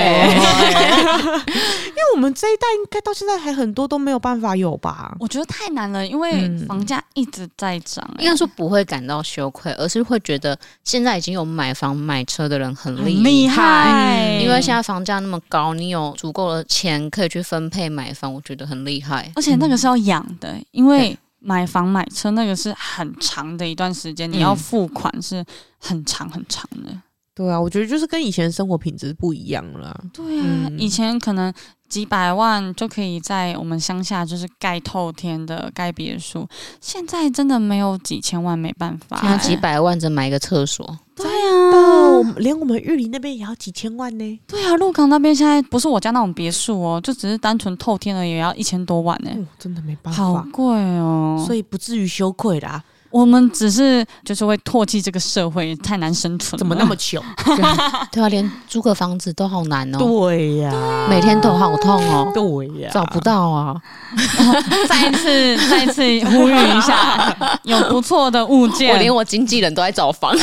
Speaker 3: 为我们这一代应该到现在还很多都没有办法有吧？
Speaker 2: 我觉得太难了，因为
Speaker 3: 嗯
Speaker 2: 房价一直在涨、欸
Speaker 4: 应该说不会感到羞愧，而是会觉得现在已经有买房买车的人很
Speaker 2: 很
Speaker 4: 厉
Speaker 2: 厉害，
Speaker 4: 因为现在房价那么高，你有足够的钱可以去分配买房，我觉得很厉害。
Speaker 2: 而且那个是要养的、因为买房买车那个是很长的一段时间，
Speaker 4: 嗯
Speaker 2: 你要付款是很长很长的。
Speaker 3: 对啊，我觉得就是跟以前生活品质不一样了啊。
Speaker 2: 对啊，
Speaker 3: 嗯
Speaker 2: 以前可能几百万就可以在我们乡下就是盖透天的盖别墅，现在真的没有几千万没办法、
Speaker 4: 现在
Speaker 2: 欸
Speaker 4: 几百万只买一个厕所，
Speaker 2: 对
Speaker 3: 哦，
Speaker 2: 啊，
Speaker 3: 我们连我们玉林那边也要几千万呢。
Speaker 2: 对啊，鹿港那边现在不是我家那种别墅哦，就只是单纯透天的也要一千多万呢、
Speaker 3: 哦，真的没办
Speaker 2: 好
Speaker 3: 法，
Speaker 2: 贵哦！
Speaker 3: 所以不至于羞愧啦。
Speaker 2: 我们只是就是会唾弃这个社会太难生存了，
Speaker 3: 怎么那么穷？
Speaker 4: 对啊，连租个房子都好难 哦，
Speaker 3: 对呀，
Speaker 4: 每天都好痛哦，
Speaker 3: 对呀，
Speaker 4: 找不到啊。
Speaker 2: 再一次再一次呼吁一 下，有不错的物件，
Speaker 4: 我连我经纪人都在找房，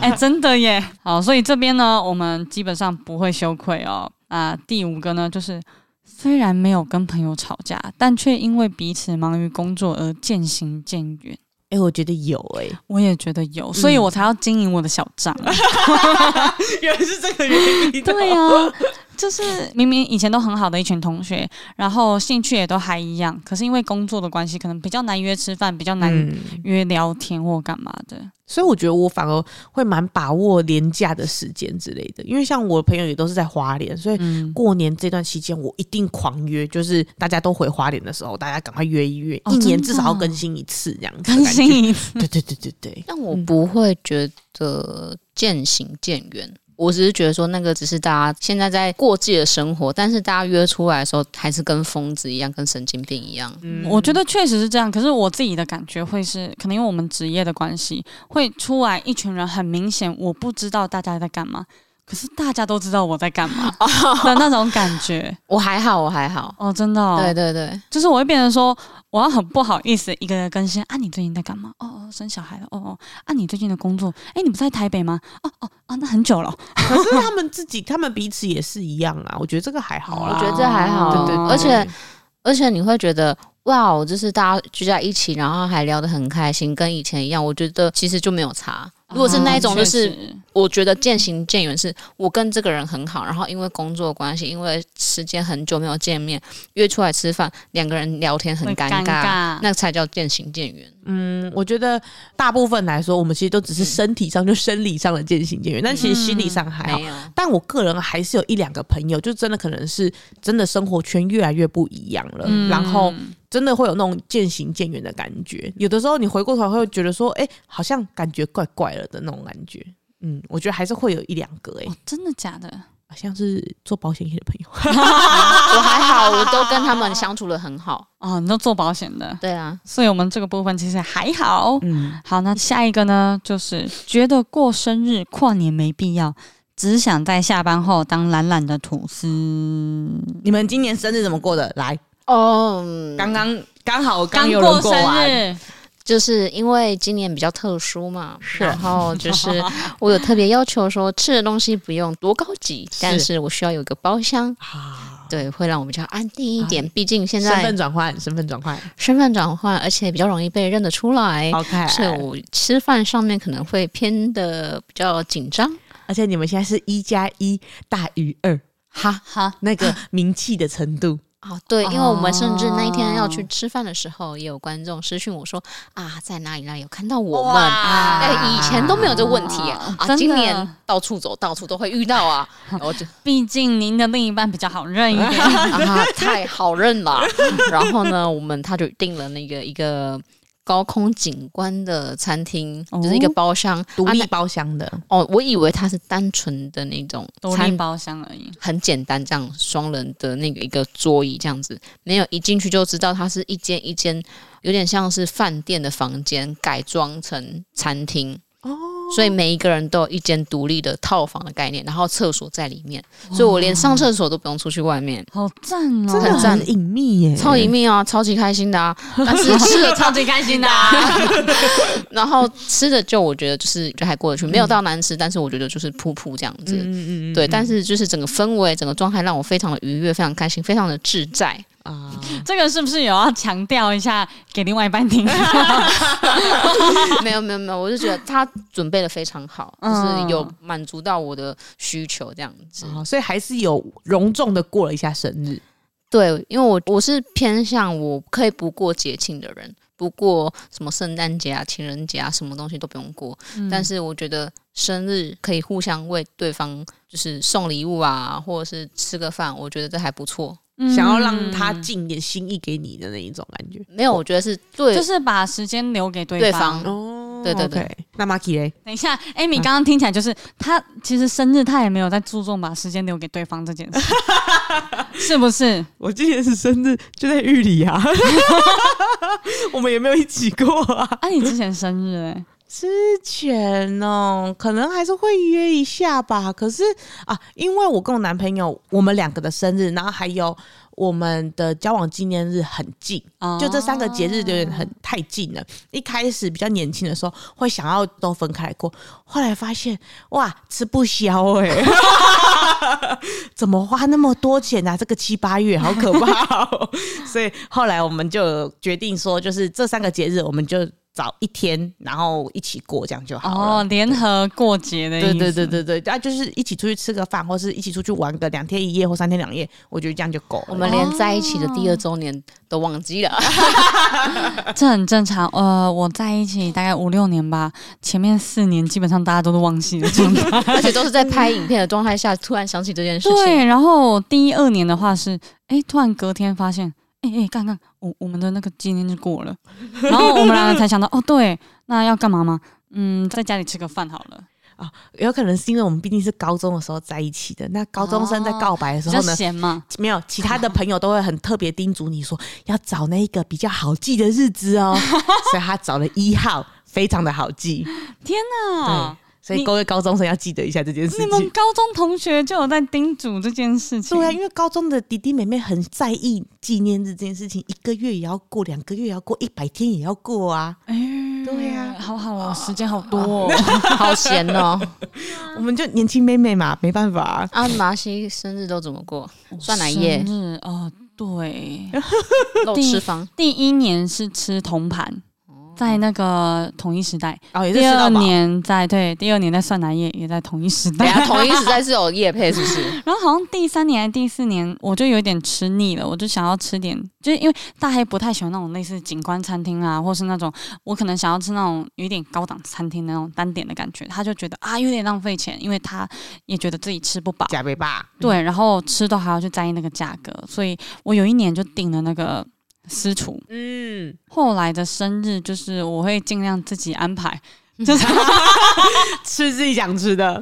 Speaker 2: 哎、真的耶。好，所以这边呢，我们基本上不会羞愧哦。啊、第五个呢，就是虽然没有跟朋友吵架，但却因为彼此忙于工作而渐行渐远。
Speaker 3: 哎，我觉得有哎，
Speaker 2: 我也觉得有，所以我才要经营我的小账。
Speaker 3: 嗯 原来是这个原因。哦
Speaker 2: 对啊，就是明明以前都很好的一群同学，然后兴趣也都还一样，可是因为工作的关系，可能比较难约吃饭，比较难
Speaker 3: 嗯，
Speaker 2: 约聊天或干嘛的。
Speaker 3: 所以我觉得我反而会蛮把握廉价的时间之类的，因为像我朋友也都是在花莲，所以
Speaker 2: 嗯，
Speaker 3: 过年这段期间我一定狂约，就是大家都回花莲的时候，大家赶快约一约，
Speaker 2: 哦
Speaker 3: 一年
Speaker 2: 真的
Speaker 3: 至少要更新一次这样子。
Speaker 2: 更新一次，
Speaker 3: 对对对对 对，
Speaker 4: 但
Speaker 2: 嗯
Speaker 4: 我不会觉得渐行渐远。我只是觉得说，那个只是大家现在在过自己的生活，但是大家约出来的时候，还是跟疯子一样，跟神经病一样。
Speaker 3: 嗯
Speaker 2: 我觉得确实是这样。可是我自己的感觉会是，可能因为我们职业的关系，会出来一群人，很明显我不知道大家在干嘛。可是大家都知道我在干嘛的那种感觉
Speaker 4: 我还好，我还好。
Speaker 2: 哦，真的、哦，
Speaker 4: 对对对，
Speaker 2: 就是我会变成说，我要很不好意思一个人更新啊，你最近在干嘛？哦哦，生小孩了，哦哦，啊，你最近的工作，哎，你不是在台北吗？哦哦啊，那很久了，
Speaker 3: 可是他们自己，他们彼此也是一样啊，我觉得这个还好
Speaker 4: 我
Speaker 3: 啦。
Speaker 4: 觉得这还好。
Speaker 3: 对对对
Speaker 4: 而且而且你会觉得。哇哦，就是大家聚在一起，然后还聊得很开心，跟以前一样。我觉得其实就没有差。如果是那一种，就
Speaker 2: 啊确
Speaker 4: 是、
Speaker 2: 实
Speaker 4: 我觉得渐行渐远，是我跟这个人很好，然后因为工作关系，因为时间很久没有见面，约出来吃饭，两个人聊天很
Speaker 2: 会
Speaker 4: 尴
Speaker 2: 尴尬
Speaker 4: 那才叫渐行渐远。
Speaker 3: 嗯，我觉得大部分来说，我们其实都只是身体上就生理上的渐行渐远，但其实心理上
Speaker 2: 哎
Speaker 3: 还好
Speaker 4: 没。有，
Speaker 3: 但我个人还是有一两个朋友，就真的可能是真的生活圈越来越不一样
Speaker 4: 呃
Speaker 3: 了，
Speaker 2: 嗯
Speaker 3: 然后真的会有那种渐行渐远的感觉。有的时候你回过头来会觉得说，哎、好像感觉怪怪了的那种感觉。嗯，我觉得还是会有一两个、哎、
Speaker 2: 哦，真的假的？
Speaker 3: 好像是做保险业的朋友，
Speaker 4: 我还好，我都跟他们相处的很好。
Speaker 2: 哦，你都做保险的，
Speaker 4: 对啊，
Speaker 2: 所以我们这个部分其实还好。
Speaker 3: 嗯，
Speaker 2: 好，那下一个呢，就是觉得过生日、跨年没必要，只想在下班后当懒懒的吐司。
Speaker 3: 你们今年生日怎么过的？来，
Speaker 4: 哦、
Speaker 3: 刚刚刚好嗯刚有
Speaker 2: 过
Speaker 3: 人过
Speaker 2: 生
Speaker 3: 完，
Speaker 2: 日，
Speaker 4: 就是因为今年比较特殊嘛，然后就是 我有特别要求说，吃的东西不用多高级，但是我需要有一个包厢，
Speaker 3: 啊，
Speaker 4: 对，会让我比较安定一点。毕竟现
Speaker 3: 身份
Speaker 4: 在
Speaker 3: 转换，身份转换
Speaker 4: 身份转换，而且比较容易被认得出来，
Speaker 3: ，OK，
Speaker 4: 所以我吃饭上面可能会偏的比较紧张。
Speaker 3: 而且你们现在是一加一大于二，
Speaker 4: 哈
Speaker 2: 好，
Speaker 3: 那个名气的程度。
Speaker 4: 哦，对，因为我们甚至那一天
Speaker 2: 哦
Speaker 4: 要去吃饭的时候，也有观众私讯我说啊，在哪里哪里有看到我们。
Speaker 3: 哇
Speaker 4: 哎，以前都没有这个问题啊，
Speaker 2: 啊
Speaker 4: 啊
Speaker 2: 真
Speaker 4: 今
Speaker 2: 的
Speaker 4: 年到处走，到处都会遇到啊， 然后就哎
Speaker 2: 毕竟您的另一半比较好认一
Speaker 3: 哎
Speaker 2: 点。
Speaker 4: 啊，太好认了。然后呢，我们他就订了那个一个高空景观的餐厅，
Speaker 2: 哦
Speaker 4: 就是一个包厢，
Speaker 3: 独
Speaker 4: 啊
Speaker 3: 立
Speaker 4: 那
Speaker 3: 包厢的，
Speaker 4: 哦，我以为它是单纯的那种
Speaker 2: 独立
Speaker 4: 餐
Speaker 2: 包厢而已。
Speaker 4: 很简单，这样双人的那个一个桌椅这样子，没有一进去就知道它是一间一间，有点像是饭店的房间改装成餐厅。哦，所以每一个人都有一间独立的套房的概念，然后厕所在里面，所以我连上厕所都不用出去外面，
Speaker 2: 好赞哦！
Speaker 3: 真的
Speaker 4: 很 赞
Speaker 3: 很隐秘耶，
Speaker 4: 超隐秘啊，超级开心的啊！但是吃的超级开心的、啊，然后吃的就我觉得就是就还过得去，没有到难吃，但是我觉得就是噗噗这样子。
Speaker 3: 嗯嗯嗯
Speaker 4: 对，但
Speaker 3: 是
Speaker 4: 是就是整个氛围、整个状态让我非常的愉悦、非常开心、非常的自在。
Speaker 3: 啊，
Speaker 2: 这个是不是有要强调一下给另外一半听？
Speaker 4: 没有没有没有，我就觉得他准备的非常好，就是有满足到我的需求这样子。
Speaker 3: 哦所以还是有隆重的过了一下生日，
Speaker 4: 对，因为我我是偏向我可以不过节庆的人，不过什么圣诞节啊、情人节啊，什么东西都不用过。但是我觉得生日可以互相为对方就是送礼物啊，或者是吃个饭，我觉得这还不错。
Speaker 2: 嗯
Speaker 3: 想要让他尽一点心意给你的那一种感觉。
Speaker 4: 没有，我觉得是最
Speaker 2: 就是把时间留给对
Speaker 4: 对
Speaker 2: 方。
Speaker 4: 方
Speaker 3: 哦
Speaker 4: 嗯对对对
Speaker 3: OK 那 Maki 嘞？
Speaker 2: 等一下，Amy 刚刚听起来就是他其实生日他也没有在注重把时间留给对方这件 事，是不是？
Speaker 3: 我今年是生日就在狱里 啊， 我们也没有一起过啊。
Speaker 2: 啊，你之前生日哎、
Speaker 3: 之前哦，可能还是会约一下吧。可是啊，因为我跟我男朋友，我们两个的生日，然后还有我们的交往纪念日很近，
Speaker 2: 哦
Speaker 3: 就这三个节日有点很太近了。一开始比较年轻的时候会想要都分开来过，后来发现哇吃不消哎、 怎么花那么多钱啊？这个七八月好可 怕、哦，所以后来我们就决定说，就是这三个节日我们就找一天，然后一起过，这样就好了。
Speaker 2: 哦，联合过节的意
Speaker 3: 对
Speaker 2: 思。
Speaker 3: 对对对对，啊，就是一起出去吃个饭，或是一起出去玩个两天一夜或三天两夜，我觉得这样就够了。
Speaker 4: 我们连在一起的第二周年都忘记了。
Speaker 2: 这很正常。呃，我在一起大概五六年吧，前面四年基本上大家都是忘记的状 态。
Speaker 4: 而且都是在拍影片的状态下，突然想起这件事情。
Speaker 2: 对，然后第一二年的话是，哎，突然隔天发现，哎哎，干干，我我们的那个纪念日过了，然后我们两个才想到，哦，对，那要干嘛吗？嗯，在家里吃个饭好了。
Speaker 3: 有可能是因为我们毕竟是高中的时候在一起的，那高中生在告白的时
Speaker 2: 比较
Speaker 3: 候呢，
Speaker 2: 闲嘛，
Speaker 3: 没有其他的朋友都会很特别叮嘱你说要找那个比较好记的日子 哦，所以他找了一号，非常的好记。
Speaker 2: 天哪！
Speaker 3: 所以
Speaker 2: 你
Speaker 3: 各位高中生要记得一下这件事
Speaker 2: 你们
Speaker 3: 情。
Speaker 2: 高中同学就有在叮嘱这件事情，
Speaker 3: 对啊，因为高中的弟弟妹妹很在意纪念日这件事情，一个月也要过，两个月也要过，一百天也要过啊。
Speaker 2: 哎，
Speaker 3: 对啊
Speaker 2: 好好哦，时间好多哦，
Speaker 4: 好闲哦！
Speaker 3: 我们就年轻妹妹嘛，没办法啊、
Speaker 4: 啊，麻西生日都怎么过？酸奶液、
Speaker 2: 生日哦，对，
Speaker 4: 肉吃方，
Speaker 2: 第一年是吃铜盘，在那个统一时代，
Speaker 3: 哦，也是
Speaker 2: 第
Speaker 3: 吃
Speaker 2: 二
Speaker 3: 到饱。
Speaker 2: 年在对，第二年在蒜奶业，也在同一时
Speaker 4: 等
Speaker 2: 代
Speaker 4: 一。下统一实在是有夜配，是不是？
Speaker 2: 然后好像第三年还是第四年，我就有点吃腻了，我就想要吃点，就是因为大黑不太喜欢那种类似景观餐厅啊，或是那种我可能想要吃那种有一点高档餐厅那种单点的感觉，他就觉得啊有点浪费钱，因为他也觉得自己吃不饱，
Speaker 3: 假杯吧，
Speaker 2: 对，然后吃都还要去在意那个价格，所以我有一年就订了那个私厨，
Speaker 3: 嗯，
Speaker 2: 后来的生日就是我会尽量自己安排，就是
Speaker 3: 吃自己想吃的。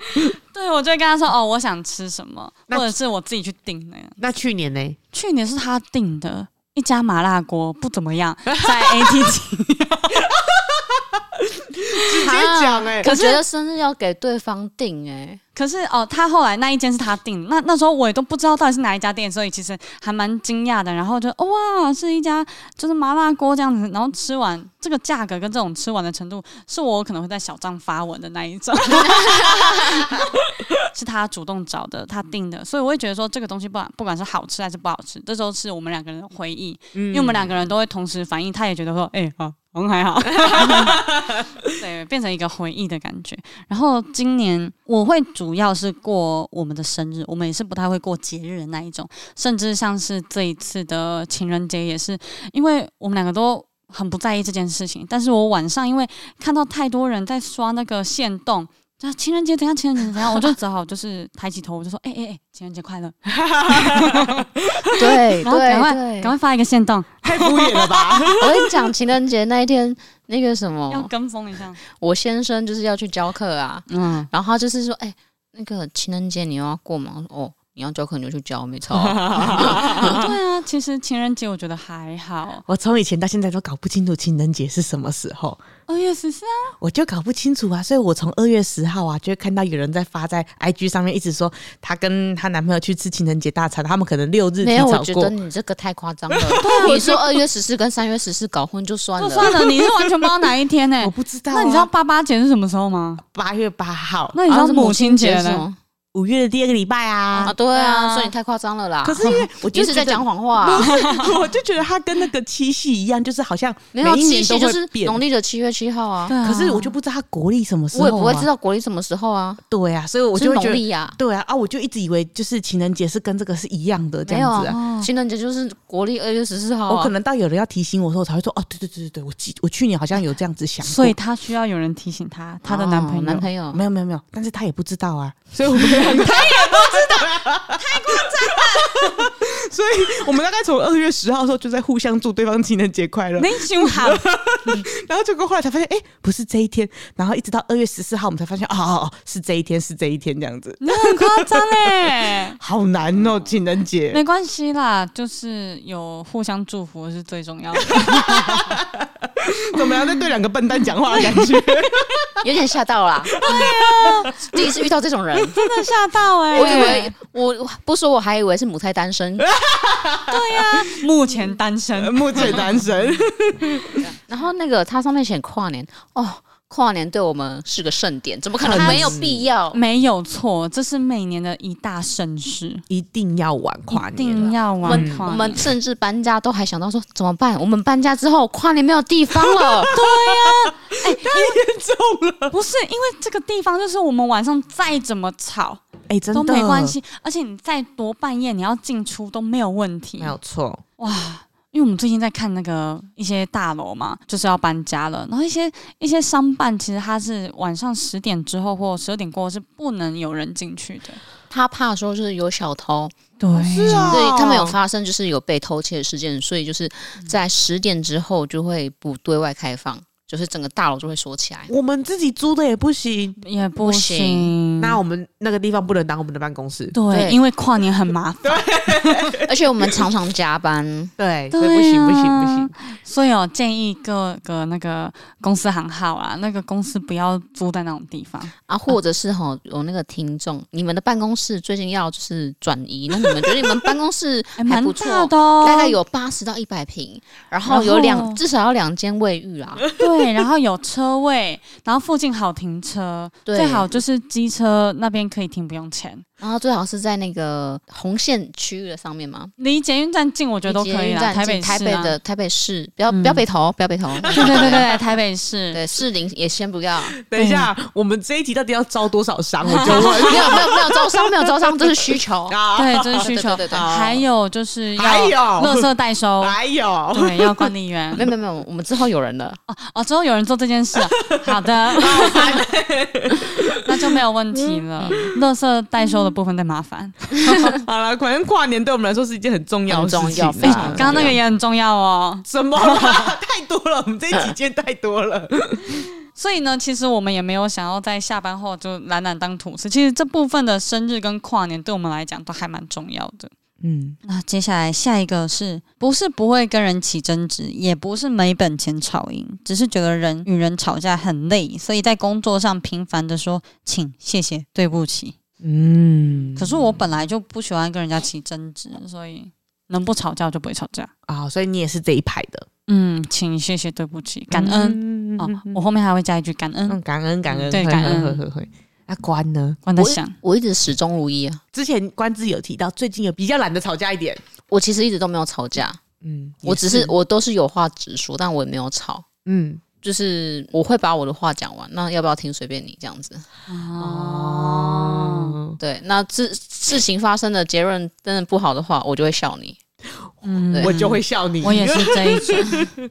Speaker 2: 对我就会跟他说哦，我想吃什么，
Speaker 3: 那
Speaker 2: 或者是我自己去订那样。
Speaker 3: 那去年呢？
Speaker 2: 去年是他订的一家麻辣锅，不怎么样，在 ATT。
Speaker 3: 直接讲哎、
Speaker 4: 我觉得生日要给对方定哎、
Speaker 2: 可是哦，他后来那一间是他订的，那那时候我也都不知道到底是哪一家店，所以其实还蛮惊讶的。然后就、哦哇，是一家就是麻辣锅这样子，然后吃完这个价格跟这种吃完的程度，是我可能会在小账发文的那一种。 是他主动找的，他定的，所以我会觉得说这个东西不管不管是好吃还是不好吃，这时候是我们两个人的回忆，因为我们两个人都会同时反应，他也觉得说，哎、好、好像还好，对，变成一个回忆的感觉。然后今年我会主要是过我们的生日，我们也是不太会过节日的那一种，甚至像是这一次的情人节也是，因为我们两个都。很不在意这件事情，但是我晚上因为看到太多人在刷那个线动，就情人节怎样，情人节怎样，我就只好就是抬起头，我就说，哎哎哎，情人节快乐，
Speaker 4: 对对
Speaker 2: 然后赶快
Speaker 4: 对
Speaker 2: 赶，快发一个线动，
Speaker 3: 太敷衍了吧？
Speaker 4: 我跟你讲，情人节那一天，那个什
Speaker 2: 要
Speaker 4: 么，
Speaker 2: 跟风一下。
Speaker 4: 我先生就是要去教课啊，
Speaker 2: 嗯，
Speaker 4: 然后他就是说，哎、那个情人节你又要过吗？我说哦，你要教课你就去教，没错。
Speaker 2: 对啊，其实情人节我觉得还 好，
Speaker 3: 我从以前到现在都搞不清楚情人节是什么时候，
Speaker 4: 哦
Speaker 2: 二月十四啊，
Speaker 3: 我就搞不清楚啊。所以我从二月十号啊，就会看到有人在发在 IG 上面，一直说她跟她男朋友去吃情人节大餐，他们可能六日提
Speaker 4: 没有，我
Speaker 3: 早
Speaker 4: 觉得
Speaker 3: 过。
Speaker 4: 你这个太夸张了。你说二月十四跟三月十四搞混就算
Speaker 2: 就
Speaker 4: 了，
Speaker 2: 哦算了，你是完全不知道哪一天欸呢、
Speaker 3: 我不知道、
Speaker 2: 那
Speaker 3: 啊
Speaker 2: 你知道八八节是什么时候吗？
Speaker 3: 八月八号，
Speaker 2: 那你知
Speaker 4: 然
Speaker 2: 道
Speaker 4: 后是
Speaker 2: 啊母亲节
Speaker 4: 是
Speaker 2: 呢？
Speaker 4: 吗
Speaker 3: 五月的第二个礼拜啊
Speaker 4: 啊，。对
Speaker 2: 对啊
Speaker 4: 啊，所以你太夸张了啦。
Speaker 3: 可是因 为我
Speaker 4: 你
Speaker 3: 就是
Speaker 4: 在
Speaker 3: 觉得
Speaker 4: 讲谎话、
Speaker 3: 不
Speaker 4: 啊。
Speaker 3: 是， 我就觉得他跟那个七夕一样，就是好像
Speaker 4: 没有啊
Speaker 3: 每一
Speaker 4: 七
Speaker 3: 年
Speaker 4: 夕
Speaker 3: 都
Speaker 4: 就
Speaker 3: 会
Speaker 4: 是
Speaker 3: 变。
Speaker 4: 农历的七月七号啊，
Speaker 2: 对啊，
Speaker 3: 可是我就不知道他国历什么时候、
Speaker 4: 我
Speaker 3: 啊，
Speaker 4: 也不会知。道国历什么时候啊，
Speaker 3: 对啊，所以我
Speaker 4: 就是
Speaker 3: 就会
Speaker 4: 农
Speaker 3: 觉得，
Speaker 4: 历啊。
Speaker 3: 对啊啊，我就一直以为就是情人节是跟这个是一样的这
Speaker 4: 没有
Speaker 3: 样子啊。
Speaker 2: 哦
Speaker 4: 情人节就是国历二月十四号、啊。
Speaker 3: 我可能到有人要提醒我的时候，我才会说哦，对对对对对，我记我去年好像有这样子想过，
Speaker 2: 所以她需要有人提醒她，她的男朋友。
Speaker 4: 哦男朋友
Speaker 3: 没有没有没有，但是他也不知道啊， 所以我们他也不知道，太夸张了。 所以我们大概从二月十号的时候就在互相祝对方情人节快乐，
Speaker 2: 你胸好，
Speaker 3: 然后结果后来才发现，哎、不是这一天，然后一直到二月十四号，我们才发现，哦哦哦，是这一天，是这一天这样子，
Speaker 2: 你很夸张 哎。
Speaker 3: 好难哦，情人节。
Speaker 2: 没关系啦，就是有互相祝福是最重要 的。
Speaker 3: 怎么样在对两个笨蛋讲话的感 觉？
Speaker 4: 有点吓到啦。对啊，第一次遇到这种人，
Speaker 2: 真的吓到哎、
Speaker 4: 我以为我不说，我还以为是母胎 单身。
Speaker 2: 目前单身，
Speaker 3: 目前单身，
Speaker 4: 然后那个它上面写跨年哦，跨年对我们是个盛典，怎么可能没有必要？
Speaker 2: 没有错，这是每年的一大盛事，
Speaker 3: 一定要玩跨
Speaker 2: 一
Speaker 3: 年了
Speaker 2: 定。要
Speaker 4: 我
Speaker 2: 玩
Speaker 4: 们
Speaker 2: 跨
Speaker 4: 我
Speaker 2: 年
Speaker 4: 们甚至搬家都还想到说怎么办？我们搬家之后跨年没有地 方了，
Speaker 2: 不是因为这个地方，就是我们晚上再怎么吵
Speaker 3: 哎、真
Speaker 2: 都
Speaker 3: 的
Speaker 2: 没关，系，而且你再多半夜你要进出都没有问题。
Speaker 3: 没有错。
Speaker 2: 哇，因为我们最近在看那个一些大楼嘛，就是要搬家了，然后一些一些商办其实它是晚上十点之后或十二点过后是不能有人进去的。
Speaker 4: 他怕说就是有小偷，
Speaker 2: 对，
Speaker 3: 是啊，
Speaker 4: 对他们有发生就是有被偷窃的事件，所以就是在十点之后就会不对外开放，就是整个大楼就会锁起 来。
Speaker 3: 我们自己租的也不行，
Speaker 2: 也不
Speaker 4: 行
Speaker 2: 行。
Speaker 3: 那我们那个地方不能当我们的办公室，
Speaker 2: 对，
Speaker 4: 对
Speaker 2: 因为跨年很麻烦，
Speaker 4: 而且我们常常加班，
Speaker 3: 对，
Speaker 2: 对
Speaker 3: 所以不行不行
Speaker 2: 啊
Speaker 3: 不行。
Speaker 2: 所以哦，建议各个那个公司行号啊，那个公司不要租在那种地方。
Speaker 4: 啊，或者是哈有那个听众，你们的办公室最近要就是转移，那你们觉得你们办公室
Speaker 2: 还
Speaker 4: 还
Speaker 2: 哎蛮
Speaker 4: 不错，
Speaker 2: 大的、哦，
Speaker 4: 大概有八十到一百平，然后有
Speaker 2: 然后
Speaker 4: 两至少要两间卫浴啊啦。
Speaker 2: 对，然后有车位，然后附近好停车，
Speaker 4: 对
Speaker 2: 最好就是机车那边可以停不用钱，
Speaker 4: 然后最好是在那个红线区域的上面嘛，
Speaker 2: 离捷运站近我觉得都可以
Speaker 4: 离捷运
Speaker 2: 啦，
Speaker 4: 站
Speaker 2: 台
Speaker 4: 近
Speaker 2: 北市、啊、
Speaker 4: 台北的台北市，不要不要
Speaker 2: 嗯
Speaker 4: 北投，不 要北投，
Speaker 2: 对对对对，台北市。
Speaker 4: 对士林也先不要，
Speaker 3: 等一下，我们这一集到底要招多少商？我就问
Speaker 4: 没有没有没有招商，没有招商，这是需 求。
Speaker 3: 啊，
Speaker 2: 对，这是需求。
Speaker 4: 对对对对
Speaker 2: 还有就是要
Speaker 3: 还有
Speaker 2: 垃圾代 收，
Speaker 3: 还有，
Speaker 2: 对，要管理员
Speaker 4: 没。有没有没有，我们之后有人了。
Speaker 2: 哦，之后有人做这件事 啊，好的， 那就没有问题了。
Speaker 4: 嗯
Speaker 2: 垃圾代收的部分太麻烦，
Speaker 3: 好了，反正跨年对我们来说是一件很重要的事
Speaker 4: 很重
Speaker 3: 情
Speaker 4: 要
Speaker 3: 啊。
Speaker 4: 非
Speaker 2: 哎
Speaker 4: 常重要
Speaker 2: 刚刚那个也很重要哦。
Speaker 3: 什么啦？ 太多了，我们这一集见太多了。
Speaker 2: 所以呢，其实我们也没有想要在下班后就懒懒当土司。其实这部分的生日跟跨年对我们来讲都还蛮重要的。
Speaker 3: 嗯，
Speaker 2: 那接下来下一个是不是不会跟人起争执，也不是没本钱吵赢，只是觉得人与人吵架很累，所以在工作上频繁的说请、谢谢、对不起。
Speaker 3: 嗯
Speaker 2: 可是我本来就不喜欢跟人家起争执，所以能不吵架就不会吵架。
Speaker 3: 啊，所以你也是这一派的，
Speaker 2: 嗯，请、谢谢、对不起、感恩。
Speaker 3: 嗯
Speaker 2: 哦，我后面还会加一句感恩，
Speaker 3: 嗯，感恩感恩，
Speaker 2: 对
Speaker 3: 会
Speaker 2: 感恩
Speaker 3: 会会会会。那关呢？
Speaker 2: 关在想。
Speaker 4: 我一直始终如一啊，
Speaker 3: 之前关之有提到，最近有比较懒得吵架一点。
Speaker 4: 我其实一直都没有吵架，
Speaker 3: 嗯，
Speaker 4: 我
Speaker 3: 也
Speaker 4: 只是我都是有话直说，但我也没有吵。
Speaker 3: 嗯，
Speaker 4: 就是我会把我的话讲完，那要不要听随便你这样子。
Speaker 2: 哦，
Speaker 4: 对，那事事情发生的结论真的不好的话，我就会笑你。
Speaker 2: 嗯
Speaker 4: 对
Speaker 3: 我就会笑你。
Speaker 2: 我也是这一种，嗯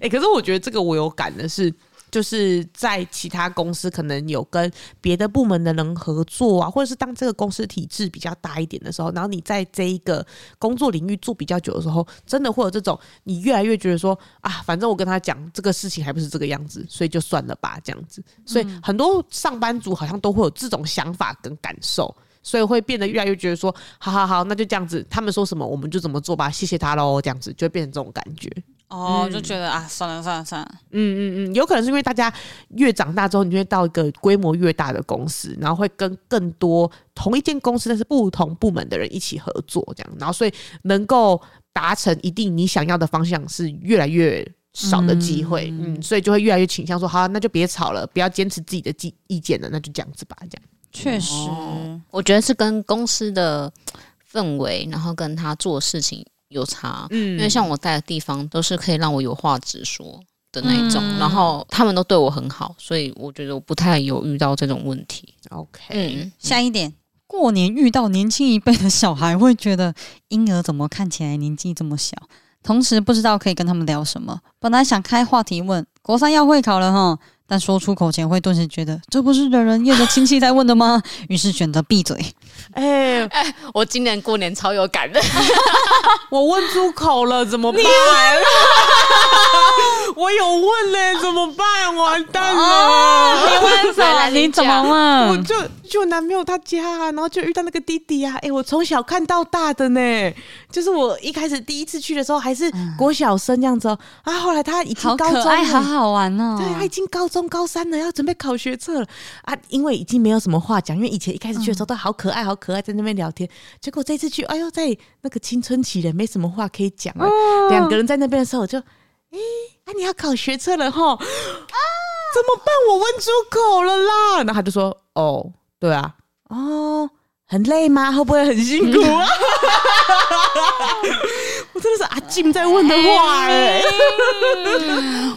Speaker 3: 欸哎、可是我觉得这个我有感的是，就是在其他公司可能有跟别的部门的人合作啊，或者是当这个公司体制比较大一点的时候，然后你在这一个工作领域做比较久的时候，真的会有这种你越来越觉得说啊，反正我跟他讲这个事情还不是这个样子，所以就算了吧，这样子。所以很多上班族好像都会有这种想法跟感受。所以会变得越来越觉得说，好好好，那就这样子，他们说什么我们就怎么做吧，谢谢他喽，这样子就会变成这种感觉。
Speaker 2: 哦，就觉得啊，算了算了算了，
Speaker 3: 嗯嗯嗯，有可能是因为大家越长大之后，你就会到一个规模越大的公司，然后会跟更多同一间公司但是不同部门的人一起合作，这样，然后所以能够达成一定你想要的方向是越来越少的机会，嗯所以就会越来越倾向说，好，那就别吵了，不要坚持自己的意意见了，那就这样子吧，这样。
Speaker 2: 确实，哦
Speaker 4: 我觉得是跟公司的氛围，然后跟他做事情有差。
Speaker 3: 嗯
Speaker 4: 因为像我待的地方都是可以让我有话直说的那一种，
Speaker 2: 嗯
Speaker 4: 然后他们都对我很好，所以我觉得我不太有遇到这种问题。
Speaker 3: OK，
Speaker 4: 嗯，
Speaker 2: 下一点。过年遇到年轻一辈的小孩，会觉得婴儿怎么看起来年纪这么小？同时不知道可以跟他们聊什么。本来想开话题问国三要会考了哈，但说出口前会顿时觉得这不是惹人厌的亲戚在问的吗？ 于是选择闭嘴。
Speaker 3: 哎、
Speaker 4: 我今年过年超有感的，
Speaker 3: 我问出口了，怎么办？我有问嘞、怎么办？完蛋了！
Speaker 2: 你 问
Speaker 4: 什么
Speaker 2: 你
Speaker 4: 你
Speaker 2: 怎
Speaker 4: 怎
Speaker 2: 么
Speaker 4: 么
Speaker 3: 我
Speaker 2: 问？
Speaker 3: 就去我男朋友他家、啊，然后就遇到那个弟弟啊，哎、我从小看到大的呢，就是我一开始第一次去的时候还是国小生这样子哦，啊，后来他已经
Speaker 2: 嗯好
Speaker 3: 高中
Speaker 2: 可爱，好
Speaker 3: 了。
Speaker 2: 好玩哦！
Speaker 3: 对，他已经高中高三了，要准备考学测了啊！因为已经没有什么话讲，因为以前一开始去的时候都好可爱，好可爱，在那边聊天。结果这次去，哎呦，在那个青春期了，没什么话可以讲了。两个人在那边的时候，我就，哎、啊，你要考学测了吼，啊怎么办？我问出口了啦。然后他就说：“哦，对啊，哦，很累吗？会不会很辛苦啊？”我真的是阿静在问的话哎、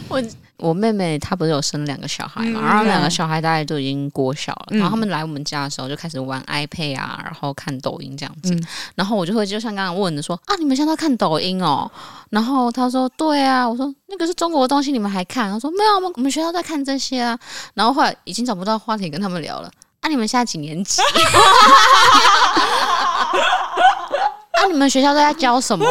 Speaker 4: 我。我妹妹她不是有生两个小孩嘛，
Speaker 3: 嗯
Speaker 4: 然后两个小孩大概都已经国小了，
Speaker 3: 嗯
Speaker 4: 然后他们来我们家的时候就开始玩 iPad 啊，然后看抖音这样子，
Speaker 3: 嗯
Speaker 4: 然后我就会就像刚刚问的说啊，你们现在都看抖音哦，然后她说对啊，我说那个是中国的东西，你们还看？她说没有，我啊们我们学校在看这些啊，然后后来已经找不到话题跟他们聊了，啊，你们现在几年级？ 啊，你们学校都在教什么？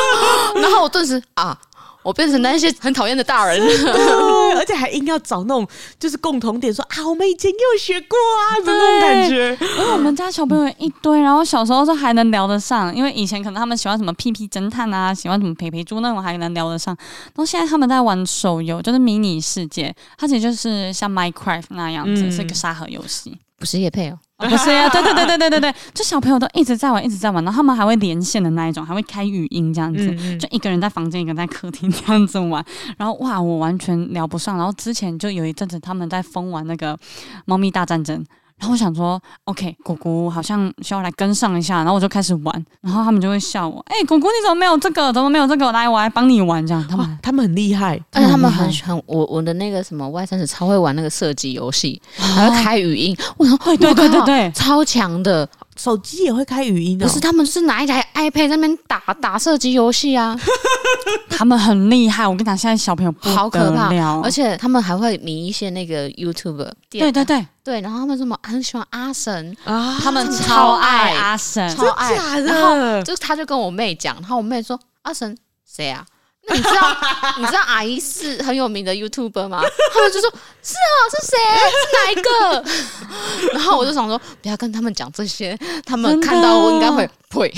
Speaker 4: 然后我顿时啊，我变成那些很讨厌的大 人了。
Speaker 3: 对，而且还硬要找那种就是共同点，说啊，我们以前也有学过啊的那种感觉。
Speaker 2: 因为我们家小朋友一堆，然后小时候都还能聊得上，因为以前可能他们喜欢什么屁屁侦探啊，喜欢什么陪陪猪那种还能聊得上。然后现在他们在玩手游，就是迷你世界，它其实就是像 Minecraft 那样子，
Speaker 3: 嗯
Speaker 2: 是一个沙盒游戏。
Speaker 4: 不是叶配哦，
Speaker 2: 哦、不是 呀、啊，对对对对对对对，就小朋友都一直在玩，一直在玩，然后他们还会连线的那一种，还会开语音这样子。
Speaker 3: 嗯
Speaker 2: 就一个人在房间，一个人在客厅这样子玩，然后哇，我完全聊不上。然后之前就有一阵子他们在疯玩那个《猫咪大战争》，然后我想说，OK，果果好像需要来跟上一下，然后我就开始玩，然后他们就会笑我，哎、果果你怎么没有这个？怎么没有这个？来，我来帮你玩这样。他们
Speaker 3: 哇，他们很厉害，
Speaker 4: 而且他们很
Speaker 2: 嗯
Speaker 4: 喜欢我我的那个什么外三十超会玩那个射击游戏，还会开语音，我想说
Speaker 2: 哦对对对对
Speaker 4: 超强的，
Speaker 3: 手机也会开语音的、哦
Speaker 4: 不是他们就是拿一台 iPad 在那边打打射击游 戏啊，
Speaker 2: 他们很厉害，我跟你讲，现在小朋友不
Speaker 4: 好可
Speaker 2: 得
Speaker 4: 怕
Speaker 2: 了
Speaker 4: 而且他们还会迷一些那个 YouTuber，
Speaker 2: 对对对，
Speaker 4: 对，然后他们什么很喜欢阿神，
Speaker 3: 啊，
Speaker 4: 他们
Speaker 2: 超
Speaker 4: 超
Speaker 2: 爱
Speaker 4: 爱
Speaker 2: 阿神，
Speaker 4: 超爱，
Speaker 3: 真假
Speaker 4: 然后
Speaker 3: 的？
Speaker 4: 就是他就跟我妹讲，然后我妹说阿神谁啊？那你知道 你知道阿姨是很有名的 YouTuber 吗？他们就说是啊，是谁？ 是哪一个？ 然后我就想说，不要跟他们讲这些，他们
Speaker 2: 真的
Speaker 4: 看到我应该会呸。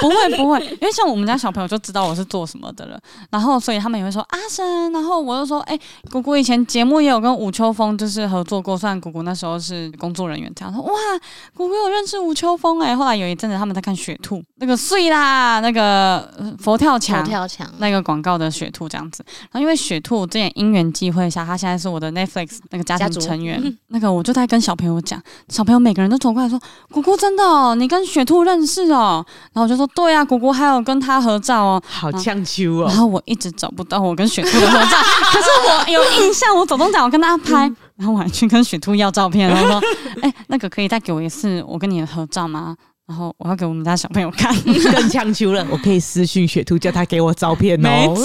Speaker 2: 不会不会，因为像我们家小朋友就知道我是做什么的了，然后所以他们也会说阿生，然后我就说哎、姑姑以前节目也有跟吴秋风就是合作过，虽然姑姑那时候是工作人员，这样说哇，姑姑有认识吴秋风哎、后来有一阵子他们在看雪兔那个碎啦，那个呃佛跳墙。
Speaker 4: 跳墙
Speaker 2: 那个广告的雪兔这样子，然后因为雪兔之前因缘际会下，他现在是我的 Netflix 那个家
Speaker 4: 家
Speaker 2: 庭
Speaker 4: 族
Speaker 2: 成员， 那个我就在跟小朋友讲，小朋友每个人都走过来说：“姑姑真的哦，你跟雪兔认识 哦。”然后我就说：“对啊，姑姑还有跟他合照哦。”
Speaker 3: 好呛秋
Speaker 2: 然
Speaker 3: 哦，
Speaker 2: 后我一直找不到我跟雪兔的合 照，可是我有印象，我走动讲我跟他拍，
Speaker 4: 嗯
Speaker 2: 然后我还去跟雪兔要照片，然后说：“哎、那个可以再给我一次我跟你的合照吗？”然后我要给我们家小朋友 看，
Speaker 3: 更呛秋了。我可以私讯雪兔，叫他给我照片
Speaker 2: 没
Speaker 3: 哦
Speaker 2: 错。，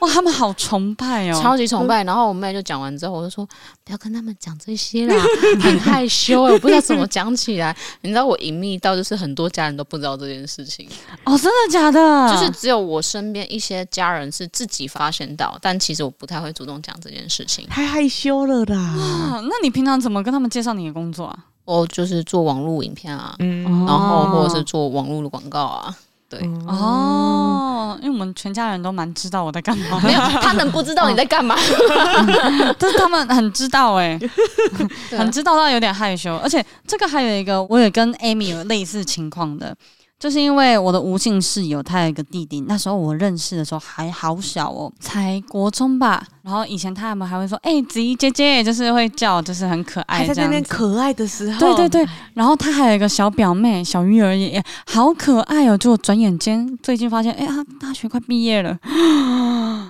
Speaker 2: 哇，他们好崇拜哦，
Speaker 4: 超级崇拜。然后我妹就讲完之后，我就说不要跟他们讲这些啦， 很害羞、欸，我不知道怎么讲起来。你知道我隐秘到就是很多家人都不知道这件事情，
Speaker 2: 哦，真的假的？
Speaker 4: 就是只有我身边一些家人是自己发现到，但其实我不太会主动讲这件事情。
Speaker 3: 太害羞了啦。
Speaker 2: 啊，那你平常怎么跟他们介绍你的工作啊？
Speaker 4: 我就是做网络影片啊，
Speaker 3: 嗯，
Speaker 4: 然后或者是做网络的广告 啊。对，
Speaker 2: 哦，因为我们全家人都蛮知道我在干嘛，
Speaker 4: 没有他能不知道你在干嘛？
Speaker 2: 但是他们很知道哎、
Speaker 4: 对啊
Speaker 2: 很知道到有点害羞。而且这个还有一个，我也跟 Amy 有类似情况的，就是因为我的吴姓室友，他有一个弟弟，那时候我认识的时候还好小哦，才国中吧。然后以前他们还会说：“哎、子怡姐姐”，就是会叫，就是很可爱
Speaker 3: 还在
Speaker 2: 这
Speaker 3: 那
Speaker 2: 样
Speaker 3: 边
Speaker 2: 子。
Speaker 3: 可爱的时候，
Speaker 2: 对对对，然后他还有一个小表妹，小鱼儿也好可爱哦。就转眼间，最近发现，哎、他大学快毕业了，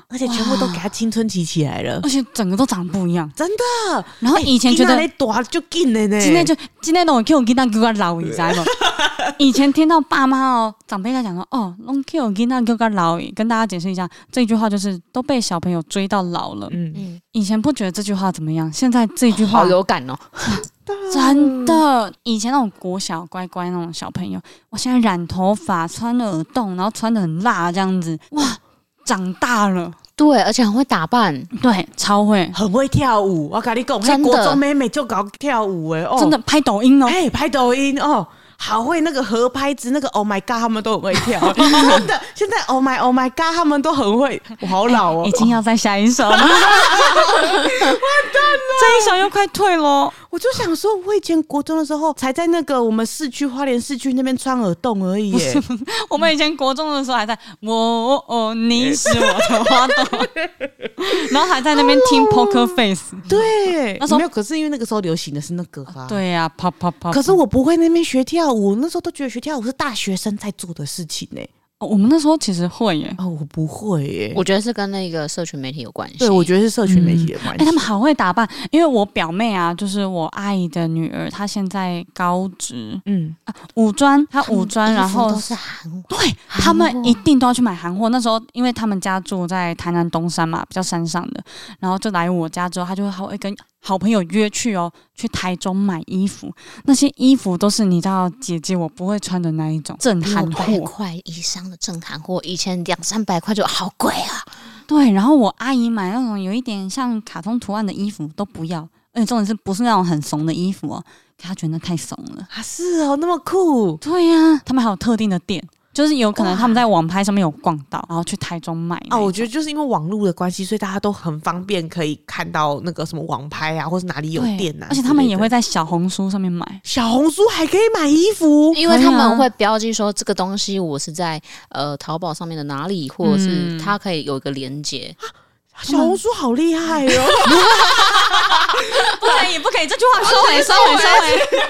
Speaker 3: 而且全部都给他青春期起来了
Speaker 2: 而。且整个都长得不一样。
Speaker 3: 真的，哎
Speaker 2: 然后哦以前觉得
Speaker 3: 来短就近了呢，
Speaker 2: 今天就今天都 Q 囡仔叫我老，你知无？ 以前听到爸妈哦长辈在讲说，哦，拢 Q 囡仔叫我老，跟大家解释一下，这句话就是都被小朋友追到老了。
Speaker 3: 嗯，
Speaker 4: 嗯，
Speaker 2: 以前不觉得这句话怎么样，现在这句话
Speaker 4: 好有感哦。
Speaker 2: 真的，以前那种国小乖乖那种小朋友，我现在染头发、穿耳洞，然后穿的很辣这样子，哇，长大了，
Speaker 4: 对，而且很会打扮，
Speaker 2: 对，超会，
Speaker 3: 很会跳舞。我跟你讲，
Speaker 4: 真
Speaker 3: 那
Speaker 4: 的
Speaker 3: 国中妹妹就搞跳舞哎，哦，
Speaker 2: 真的，拍抖音哦，
Speaker 3: 哎，拍抖音哦。好会那个合拍子，那个 Oh my God，他们都很会 跳，真的。现在 Oh my Oh my God，他们都很会，我好老哦，
Speaker 2: 哎已经要再下一 首了，完蛋了，这一首又快退喽。
Speaker 3: 我就想说，我以前国中的时候才在那个我们市区花莲市区那边穿耳洞而已耶，
Speaker 2: 我们以前国中的时候还在“我哦哦你是我的花 朵”，然后还在那边听 Poker Face。
Speaker 3: 对，
Speaker 2: 那时候
Speaker 3: 没有。可是因为那个时候流行的是那个啊，。
Speaker 2: 对呀、啪啪啪！
Speaker 3: 可是我不会那边学跳舞，那时候都觉得学跳舞是大学生在做的事情呢、
Speaker 2: 哦我们那时候其实会耶，
Speaker 3: 哦，我不会耶、
Speaker 4: 我觉得是跟那个社群媒体有关系。
Speaker 3: 对，我觉得是社群媒体的关
Speaker 2: 哎、
Speaker 3: 系。
Speaker 2: 他们好会打扮。因为我表妹啊，就是我阿姨的女儿，她现在高职
Speaker 3: 嗯，
Speaker 2: 五专，她
Speaker 4: 得
Speaker 2: 五专，然后
Speaker 4: 都是韩国，
Speaker 2: 对他们一定都要去买韩货。那时候，因为他们家住在台南东山嘛，比较山上的，然后就来我家之后，他就会跟好朋友约去哦，去台中买衣服。那些衣服都是你知道，姐姐我不会穿的那一种哎正
Speaker 4: 六
Speaker 2: 韩
Speaker 4: 百
Speaker 2: 货。
Speaker 4: 块以上的正韩货，以前两三百块就好贵啊。
Speaker 2: 对，然后我阿姨买那种有一点像卡通图案的衣服都不要，而且重点是不是那种很怂的衣服哦，她觉得那太怂了。
Speaker 3: 啊是哦，那么酷，
Speaker 2: 对呀、他们还有特定的店。就是有可能他们在网拍上面有逛到，然后去台中买那
Speaker 3: 哦，
Speaker 2: 一种
Speaker 3: 我觉得就是因为网络的关系，所以大家都很方便可以看到那个什么网拍啊，或是哪里有
Speaker 2: 对
Speaker 3: 店啊之类的，
Speaker 2: 而且他们也会在小红书上面买。
Speaker 3: 小红书还可以买衣服，
Speaker 4: 因为
Speaker 2: 对
Speaker 4: 他
Speaker 2: 啊
Speaker 4: 们会标记说这个东西我是在呃淘宝上面的哪里，或者是
Speaker 2: 嗯
Speaker 4: 它可以有一个连 接。
Speaker 3: 小红书好厉害 哦。
Speaker 2: 不可以，不可以，这句话收回，收 回，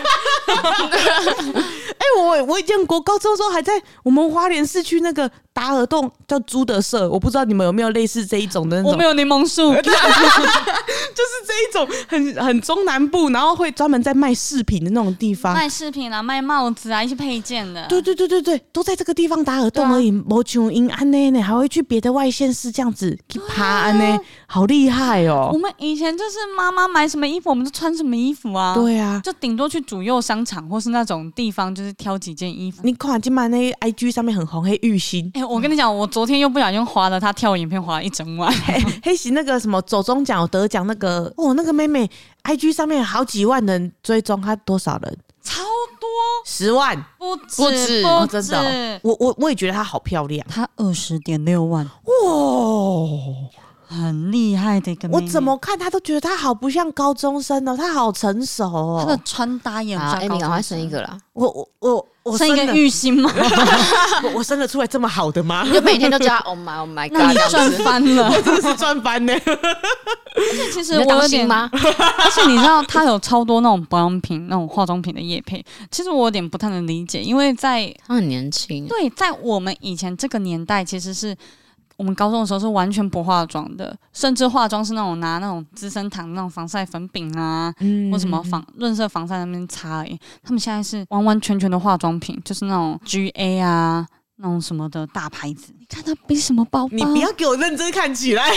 Speaker 2: 收
Speaker 3: 哎、我我以前国高中的时候还在我们花莲市区那个达尔洞叫猪的社，我不知道你们有没有类似这一种的那
Speaker 2: 我
Speaker 3: 种，
Speaker 2: 没有柠檬树，
Speaker 3: 哎啊就是这一种很很中南部，然后会专门在卖饰品的那种地方。
Speaker 2: 卖饰品啊，卖帽子啊，一些配件的。
Speaker 3: 对对对对对，都在这个地方打耳洞而
Speaker 2: 啊
Speaker 3: 已，没像因安呢呢，还会去别的外县市这样子去爬安呢，好厉害
Speaker 2: 啊我
Speaker 3: 哦！
Speaker 2: 们以前就是妈妈买什么衣服，我们就穿什么衣服啊。。
Speaker 3: 对啊，
Speaker 2: 就顶多去主幼商场或是那种地方，就是挑几件衣服。
Speaker 3: 你看今晚那 IG 上面很红，黑玉鑫，
Speaker 2: 哎、我跟你讲，我昨天又不小心划了他跳舞影片，划了一整晚。
Speaker 3: 黑喜那个什么走中奖有得奖那个哦，那个妹妹 IG 上面有好几万人追踪，她多少人？
Speaker 2: 超多，
Speaker 3: 十万。
Speaker 2: 不止，
Speaker 4: 不止
Speaker 2: 不
Speaker 3: 哦，
Speaker 2: 止，
Speaker 3: 真的哦、我我我也觉得她好漂亮
Speaker 2: 他二十点六万，
Speaker 3: 哇！
Speaker 2: 很厉害的一个妹
Speaker 3: 我
Speaker 2: 妹。
Speaker 3: 怎么看她都觉得她好不像高中生哦，她好成熟
Speaker 2: 她的
Speaker 3: 哦。
Speaker 2: 穿搭也很
Speaker 4: 啊，
Speaker 2: 像
Speaker 4: 哎，
Speaker 2: 高
Speaker 4: 你赶快
Speaker 2: 中
Speaker 4: 生一个啦！
Speaker 3: 我我我我
Speaker 2: 生
Speaker 3: 生
Speaker 2: 一
Speaker 3: 的
Speaker 2: 个玉心吗？
Speaker 3: 我我生得出来这么好的吗？
Speaker 4: 你就每天都叫他 Oh my Oh my
Speaker 2: 那
Speaker 4: God
Speaker 2: 你
Speaker 4: 这样
Speaker 2: 赚
Speaker 4: 子。
Speaker 2: 翻了。
Speaker 3: 真的是赚翻呢！
Speaker 2: 其实我
Speaker 4: 你在当
Speaker 2: 有
Speaker 4: 心
Speaker 2: 点，
Speaker 4: 吗？
Speaker 2: 而且你知道它有超多那种保养品、那种化妆品的叶配，其实我有点不太能理解，因为在
Speaker 4: 他很年轻，
Speaker 2: 对在我们以前这个年代，其实是我们高中的时候是完全不化妆的，甚至化妆是那种拿那种资生堂那种防晒粉饼啊，
Speaker 3: 嗯
Speaker 2: 或什么防润色防晒那边擦而已。他们现在是完完全全的化妆品，就是那种 GA 啊，那种什么的大牌子。你看他背什么包包？
Speaker 3: 你不要给我认真看起来，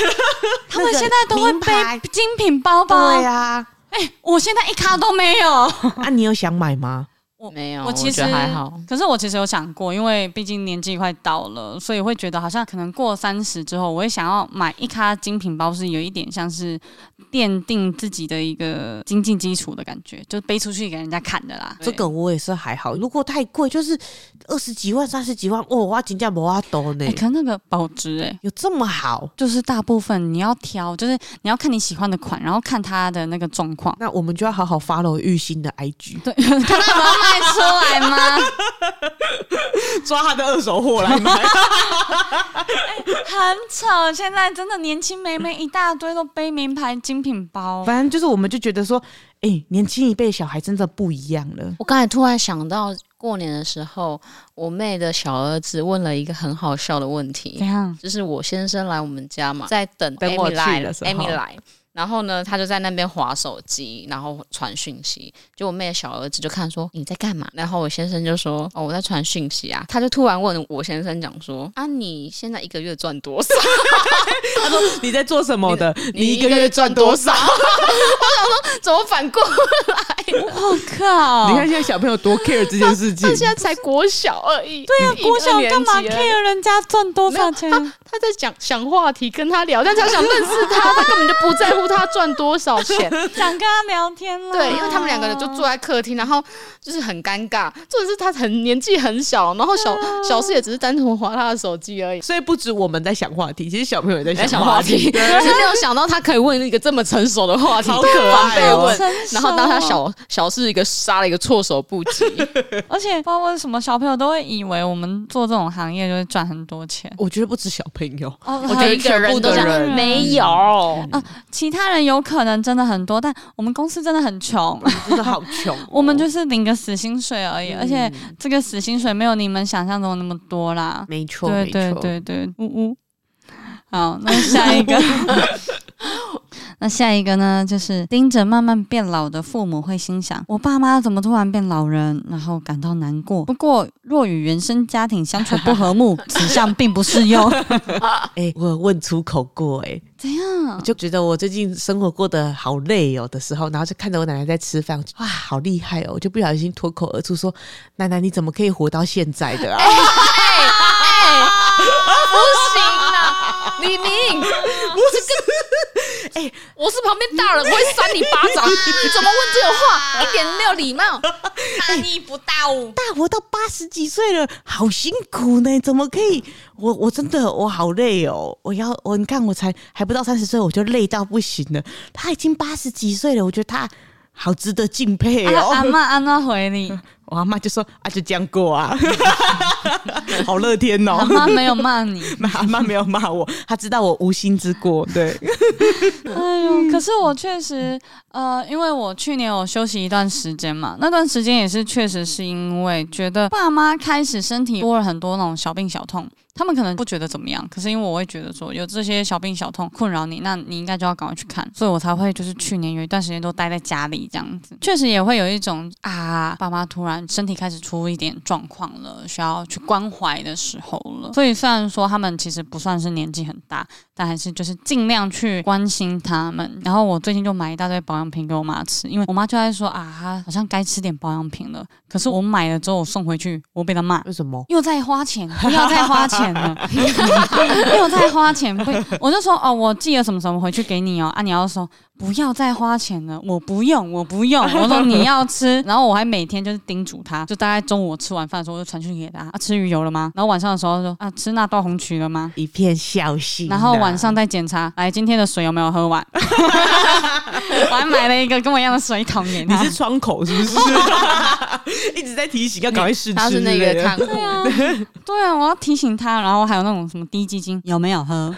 Speaker 2: 他们现在都会
Speaker 3: 那个名牌
Speaker 2: 背精品包包。
Speaker 3: 对呀，
Speaker 2: 我现在一咖都没有。
Speaker 3: 啊，你有想买吗？
Speaker 2: 我
Speaker 4: 没有，
Speaker 2: 我其实
Speaker 4: 觉得还好。
Speaker 2: 可是我其实有想过，因为毕竟年纪快到了，所以会觉得好像可能过三十之后，我会想要买一咖精品包，是有一点像是奠定自己的一个经济基础的感觉，就背出去给人家看的啦。哎
Speaker 3: 这个我也是还好，如果太贵，就是二十几万、三十几万，哦，我金价没法多呢
Speaker 2: 对、欸，，可能那个保值哎、
Speaker 3: 有这么好？。
Speaker 2: 就是大部分你要挑，就是你要看你喜欢的款，然后看它的那个状况
Speaker 3: 那我们就要好好 follow 玉鑫的 IG，
Speaker 2: 对，看它有没有卖出来吗？
Speaker 3: 抓他的二手货来买。
Speaker 2: 很丑，现在真的年轻妹妹一大堆都背名牌精品包。
Speaker 3: 反正就是，我们就觉得说，哎、年轻一辈小孩真的不一样了。
Speaker 4: 我刚才突然想到，过年的时候，我妹的小儿子问了一个很好笑的问
Speaker 2: 怎
Speaker 4: 题，
Speaker 2: 样？
Speaker 4: 就是我先生来我们家嘛，在等
Speaker 3: 等我
Speaker 4: Amy 来
Speaker 3: 去的时候
Speaker 4: ，Amy 来。然后呢，他就在那边划手机，然后传讯息。就我妹的小儿子就看说你在干嘛？然后我先生就说哦我在传讯息啊。他就突然问我先生讲说啊你现在一个月赚多少？
Speaker 3: 他说你在做什么的？
Speaker 4: 你你一个月赚多少？怎么反 过？
Speaker 2: 我靠！
Speaker 3: 你看现在小朋友多 care 这件事情
Speaker 4: 他。现在才国小而已。
Speaker 2: 对啊，
Speaker 4: 一
Speaker 2: 国小
Speaker 4: 一二
Speaker 2: 干嘛
Speaker 4: 年级而已
Speaker 2: care 人家赚多少钱？
Speaker 4: 他在讲想话题跟他聊，但他想认识他，他根本就不在乎他赚多少 钱。
Speaker 2: 想跟他聊天了。
Speaker 4: 对，因为他们两个人就坐在客厅，然后就是很尴尬。重点是他很年纪很小，然后小
Speaker 3: 啊
Speaker 4: 小事也只是单纯划他的手机而已。
Speaker 3: 所以不止我们在想话题，其实小朋友也
Speaker 4: 在
Speaker 3: 在
Speaker 4: 想
Speaker 3: 话
Speaker 4: 话题，只是没有想到他可以问一个这么成熟的话题，
Speaker 3: 啊好可
Speaker 4: 防
Speaker 2: 哎
Speaker 3: 爱
Speaker 4: 备
Speaker 3: 哦
Speaker 4: 问
Speaker 2: 成熟
Speaker 4: 然后当他小小事一个杀了一个措手不及，
Speaker 2: 而且不知道为什么小朋友都会以为我们做这种行业就会赚很多钱。
Speaker 3: 我觉得不止小朋友，
Speaker 2: 哦，
Speaker 4: 我觉得一个人都这
Speaker 3: 全部的人
Speaker 4: 样，没有啊，
Speaker 2: 其他人有可能真的很多，但我们公司真的很穷。
Speaker 3: 真的好穷哦、
Speaker 2: 我们就是领个死薪水而已，而且
Speaker 3: 嗯
Speaker 2: 这个死薪水没有你们想象中那么多啦。
Speaker 3: 没错，
Speaker 2: 对
Speaker 3: 没错
Speaker 2: 对，对对，呜呜。好，那下一个， 那下一个呢，就是盯着慢慢变老的父母会心想：我爸妈怎么突然变老人，然后感到难过。不过，若与原生家庭相处不和 睦，此项并不适用。
Speaker 3: 哎、我问出口过、哎，
Speaker 2: 怎 样？
Speaker 3: 就觉得我最近生活过得好累哦的时候，然后就看着我奶奶在吃饭，我就哇，好厉害哦！我就不小心脱口而出说：“奶奶，你怎么可以活到现在的
Speaker 2: 哎
Speaker 3: 啊？”
Speaker 4: 不行啊，李明，
Speaker 3: 不是，
Speaker 4: 我是旁边大人，我会扇你巴掌。你怎么问这种话？一点没有礼貌。
Speaker 2: 大逆不道。
Speaker 3: 大活到八十几岁了，好辛苦呢，怎么可以？我我真的我好累哦！我要我你看我才还不到三十岁，我就累到不行了。他已经八十几岁了，我觉得他好值得敬佩哦。
Speaker 2: 啊阿妈阿妈回 你，
Speaker 3: 我阿妈就说：“啊，就这样过啊， 好乐天哦。”
Speaker 2: 阿妈没有骂你。
Speaker 3: 妈阿妈没有骂我，她知道我无心之过。对，
Speaker 2: 哎呦，可是我确实，呃，因为我去年有休息一段时间嘛，那段时间也是确实是因为觉得爸妈开始身体多了很多那种小病小痛，他们可能不觉得怎么样，可是因为我会觉得说有这些小病小痛困扰你，那你应该就要赶快去看，所以我才会就是去年有一段时间都待在家里这样子，确实也会有一种啊，爸妈突然身体开始出一点状况了，需要去关怀的时候了。所以虽然说他们其实不算是年纪很大，但还是就是尽量去关心他们。然后我最近就买一大堆保养品给我妈吃，因为我妈就在说啊，她好像该吃点保养品了。可是我买了之后，我送回去，我被她骂。
Speaker 3: 为什么？
Speaker 2: 又在花钱，不要再花钱了， 又在花钱。不，我就说哦，我寄了什么什么回去给你哦。啊，你要说不要再花钱了，我不用，我不用。我说你要吃， 然后我还每天就是叮嘱他，就大概中午我吃完饭的时候，我就传讯息给他，啊，吃鱼油了吗？然后晚上的时候说啊，吃纳豆红曲了吗？
Speaker 3: 一片孝心啊、
Speaker 2: 然后晚上再检查，来今天的水有没有喝完？ 我还买了一个跟我一样的水桶给
Speaker 3: 你
Speaker 2: 他
Speaker 3: 是。窗口是不 是？一直在提醒要赶快试吃。
Speaker 4: 他是那个看护，
Speaker 2: 对啊， 对啊，我要提醒他，然后还有那种什么低基金有没有喝？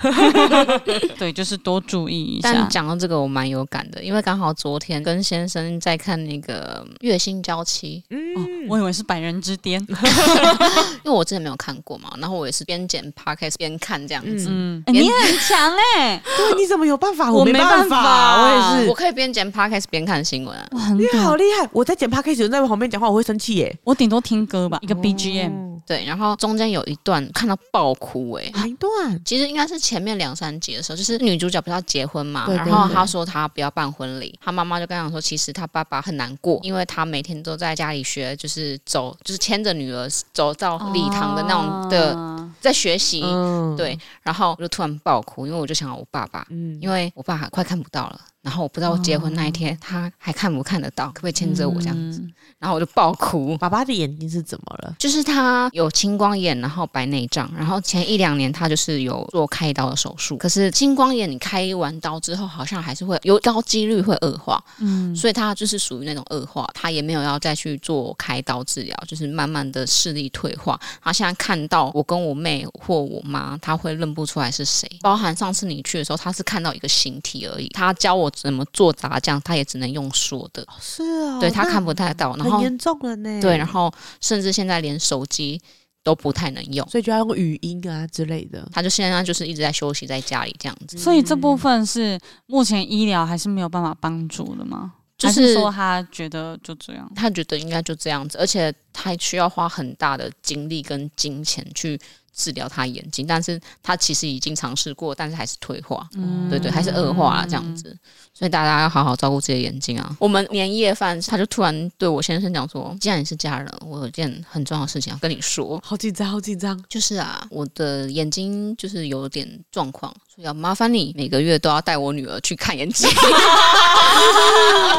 Speaker 2: 对，就是多注意一
Speaker 4: 但
Speaker 2: 下。
Speaker 4: 讲到这个我蛮有感的，因为刚好昨天跟先生在看那个《月薪娇妻》，
Speaker 2: 哦，我以为是百人之巅。
Speaker 4: 因为我之前没有看过嘛，然后我也是边剪 podcast 边看这样子。
Speaker 3: 嗯，
Speaker 2: 哎你很强哎、
Speaker 3: 对，你怎么有办法？
Speaker 2: 我
Speaker 3: 没
Speaker 2: 没办
Speaker 3: 法，
Speaker 2: 法
Speaker 3: 我也
Speaker 4: 我
Speaker 3: 是。
Speaker 4: 可以边剪 podcast 边看新闻、啊。
Speaker 2: 哇， 很
Speaker 3: 你
Speaker 2: 屌！
Speaker 3: 好厉害！我在剪 p o d c a s 在旁边讲话，我会生气耶。
Speaker 2: 我顶多听歌吧，一个 BGM。
Speaker 3: 哦
Speaker 4: 对，然后中间有一段看到爆哭哎、
Speaker 3: 哪一段？
Speaker 4: 其实应该是前面两三集的时候，就是女主角不是要结婚嘛，
Speaker 3: 对对
Speaker 4: 然后
Speaker 3: 对
Speaker 4: 她说她不要办婚礼，她妈妈就跟她讲说，其实她爸爸很难过，因为她每天都在家里学，就是走，就是牵着女儿走到礼堂的那种的，
Speaker 2: 啊
Speaker 4: 在学习。
Speaker 3: 哦嗯，
Speaker 4: 对，然后我就突然爆哭，因为我就想到我爸爸，
Speaker 3: 嗯，哦
Speaker 4: 因为我爸快看不到了，然后我不知道我结婚那一天他还看不看得到，可不可以牵着我这样子，
Speaker 2: 嗯
Speaker 4: 然后我就爆哭。
Speaker 3: 爸爸的眼睛是怎么了？
Speaker 4: 就是他有青光眼，然后白内障，然后前一两年他就是有做开刀的手术。可是青光眼你开完刀之后，好像还是会有高几率会恶化，
Speaker 2: 嗯，
Speaker 4: 所以他就是属于那种恶化，他也没有要再去做开刀治疗，就是慢慢的视力退化。他现在看到我跟我妹或我妈，他会认不出来是谁。包含上次你去的时候，他是看到一个形体而已。他教我怎么做炸酱，他也只能用说的，
Speaker 3: 是啊，
Speaker 4: 对他
Speaker 3: 那
Speaker 4: 看不太到。然
Speaker 3: 很
Speaker 4: 后
Speaker 3: 严重了
Speaker 2: 嗯
Speaker 3: 呢。
Speaker 4: 对，然后甚至现在连手机都不太能用。
Speaker 3: 所以就要用语音啊之类的。
Speaker 4: 他就现在就是一直在休息在家里这样子，
Speaker 2: 所以这部分是目前医疗还是没有办法帮助的吗？
Speaker 4: 就
Speaker 2: 还
Speaker 4: 是
Speaker 2: 是说他觉得就这样？
Speaker 4: 他觉得应该就这样子，而且他还需要花很大的精力跟金钱去治疗他眼睛，但是他其实已经尝试过，但是还是退化，
Speaker 2: 嗯，
Speaker 4: 对对，还是恶化了这样子，所以大家要好好照顾自己的眼睛啊。我们年夜饭，他就突然对我先生讲说：“既然你是家人，我有一件很重要的事情要跟你说。”
Speaker 3: 好紧张，好紧张！
Speaker 4: 就是啊，我的眼睛就是有点状况，所以要麻烦你每个月都要带我女儿去看眼 睛。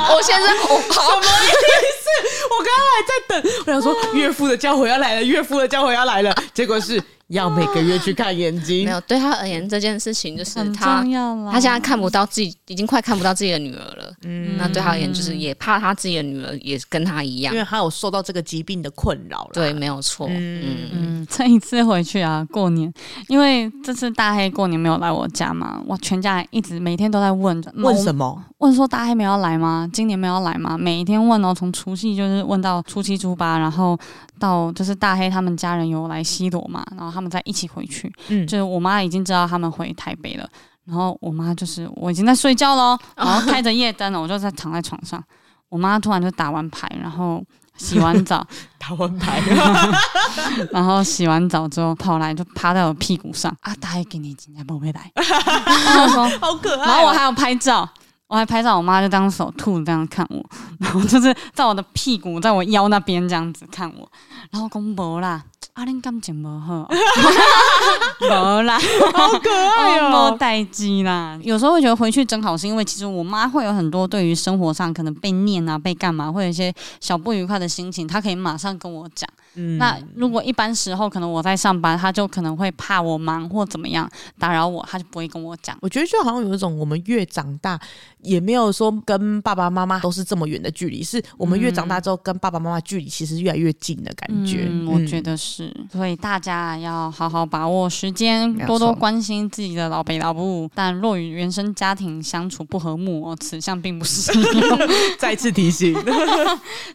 Speaker 4: 我先生，我好，
Speaker 3: 我刚刚还在等，我想说岳父的教诲要来了，岳父的教诲要 来了，结果是要每个月去看眼睛
Speaker 4: 没。有对他而言这件事情就是
Speaker 2: 很
Speaker 4: 他
Speaker 2: 重，要
Speaker 3: 啊
Speaker 2: 啦。
Speaker 4: 他现在看不到自己，已经快看不到自己的女儿了。
Speaker 3: 嗯
Speaker 4: 那对他而言就是也怕他自己的女儿也跟他一样
Speaker 3: 因。为他有受到这个疾病的困扰了。
Speaker 4: 对，没有错。
Speaker 3: 啊嗯
Speaker 4: 嗯
Speaker 2: 嗯，这一次回去啊，过年，因为这次大黑过年没有来我家嘛，我全家人一直每天都在问
Speaker 3: 问什
Speaker 2: 么？
Speaker 3: 么？
Speaker 2: 问说大黑没有要来吗？今年没有要来吗？每一天问哦，从除夕就是问到初七、初八，然后到就是大黑他们家人有来西罗嘛，然后他们再一起回去。
Speaker 3: 嗯，
Speaker 2: 就是我妈已经知道他们回台北了，然后我妈就是我已经在睡觉喽，然后开着夜灯了，我就在躺在床上，我妈突然就打完牌，然后洗完澡，
Speaker 3: 打完 牌，
Speaker 2: 然后洗完澡之后跑来就趴在我屁股上，啊，大黑给你今天不会来，然后我说
Speaker 3: 好可爱哦。
Speaker 2: 然后我还有拍照，我还拍照，我妈就当手兔这样看 我，然后就是在我的屁股，在我腰那边这样子看我，然后我讲无啦，啊恁感情无好 哦，无啦，好可
Speaker 3: 爱哦
Speaker 2: 无代志啦。有时候会觉得回去真好，是因为其实我妈会有很多对于生活上可能被念啊、被干嘛，会有一些小不愉快的心情，她可以马上跟我讲。
Speaker 3: 嗯
Speaker 2: 那如果一般时候可能我在上班，她就可能会怕我忙或怎么样打扰我，她就不会跟我讲。
Speaker 3: 我觉得就好像有一种，我们越长大，也没有说跟爸爸妈妈都是这么远的距离，是我们越长大之后，跟爸爸妈妈距离其实越来越近的感觉。
Speaker 2: 嗯，我觉得是，所以大家要好好把握时间
Speaker 3: 没有，
Speaker 2: 多
Speaker 3: 错
Speaker 2: 多关心自己的老北老母。但若与原生家庭相处不和睦哦，此项并不适 用。
Speaker 3: 再次提 醒，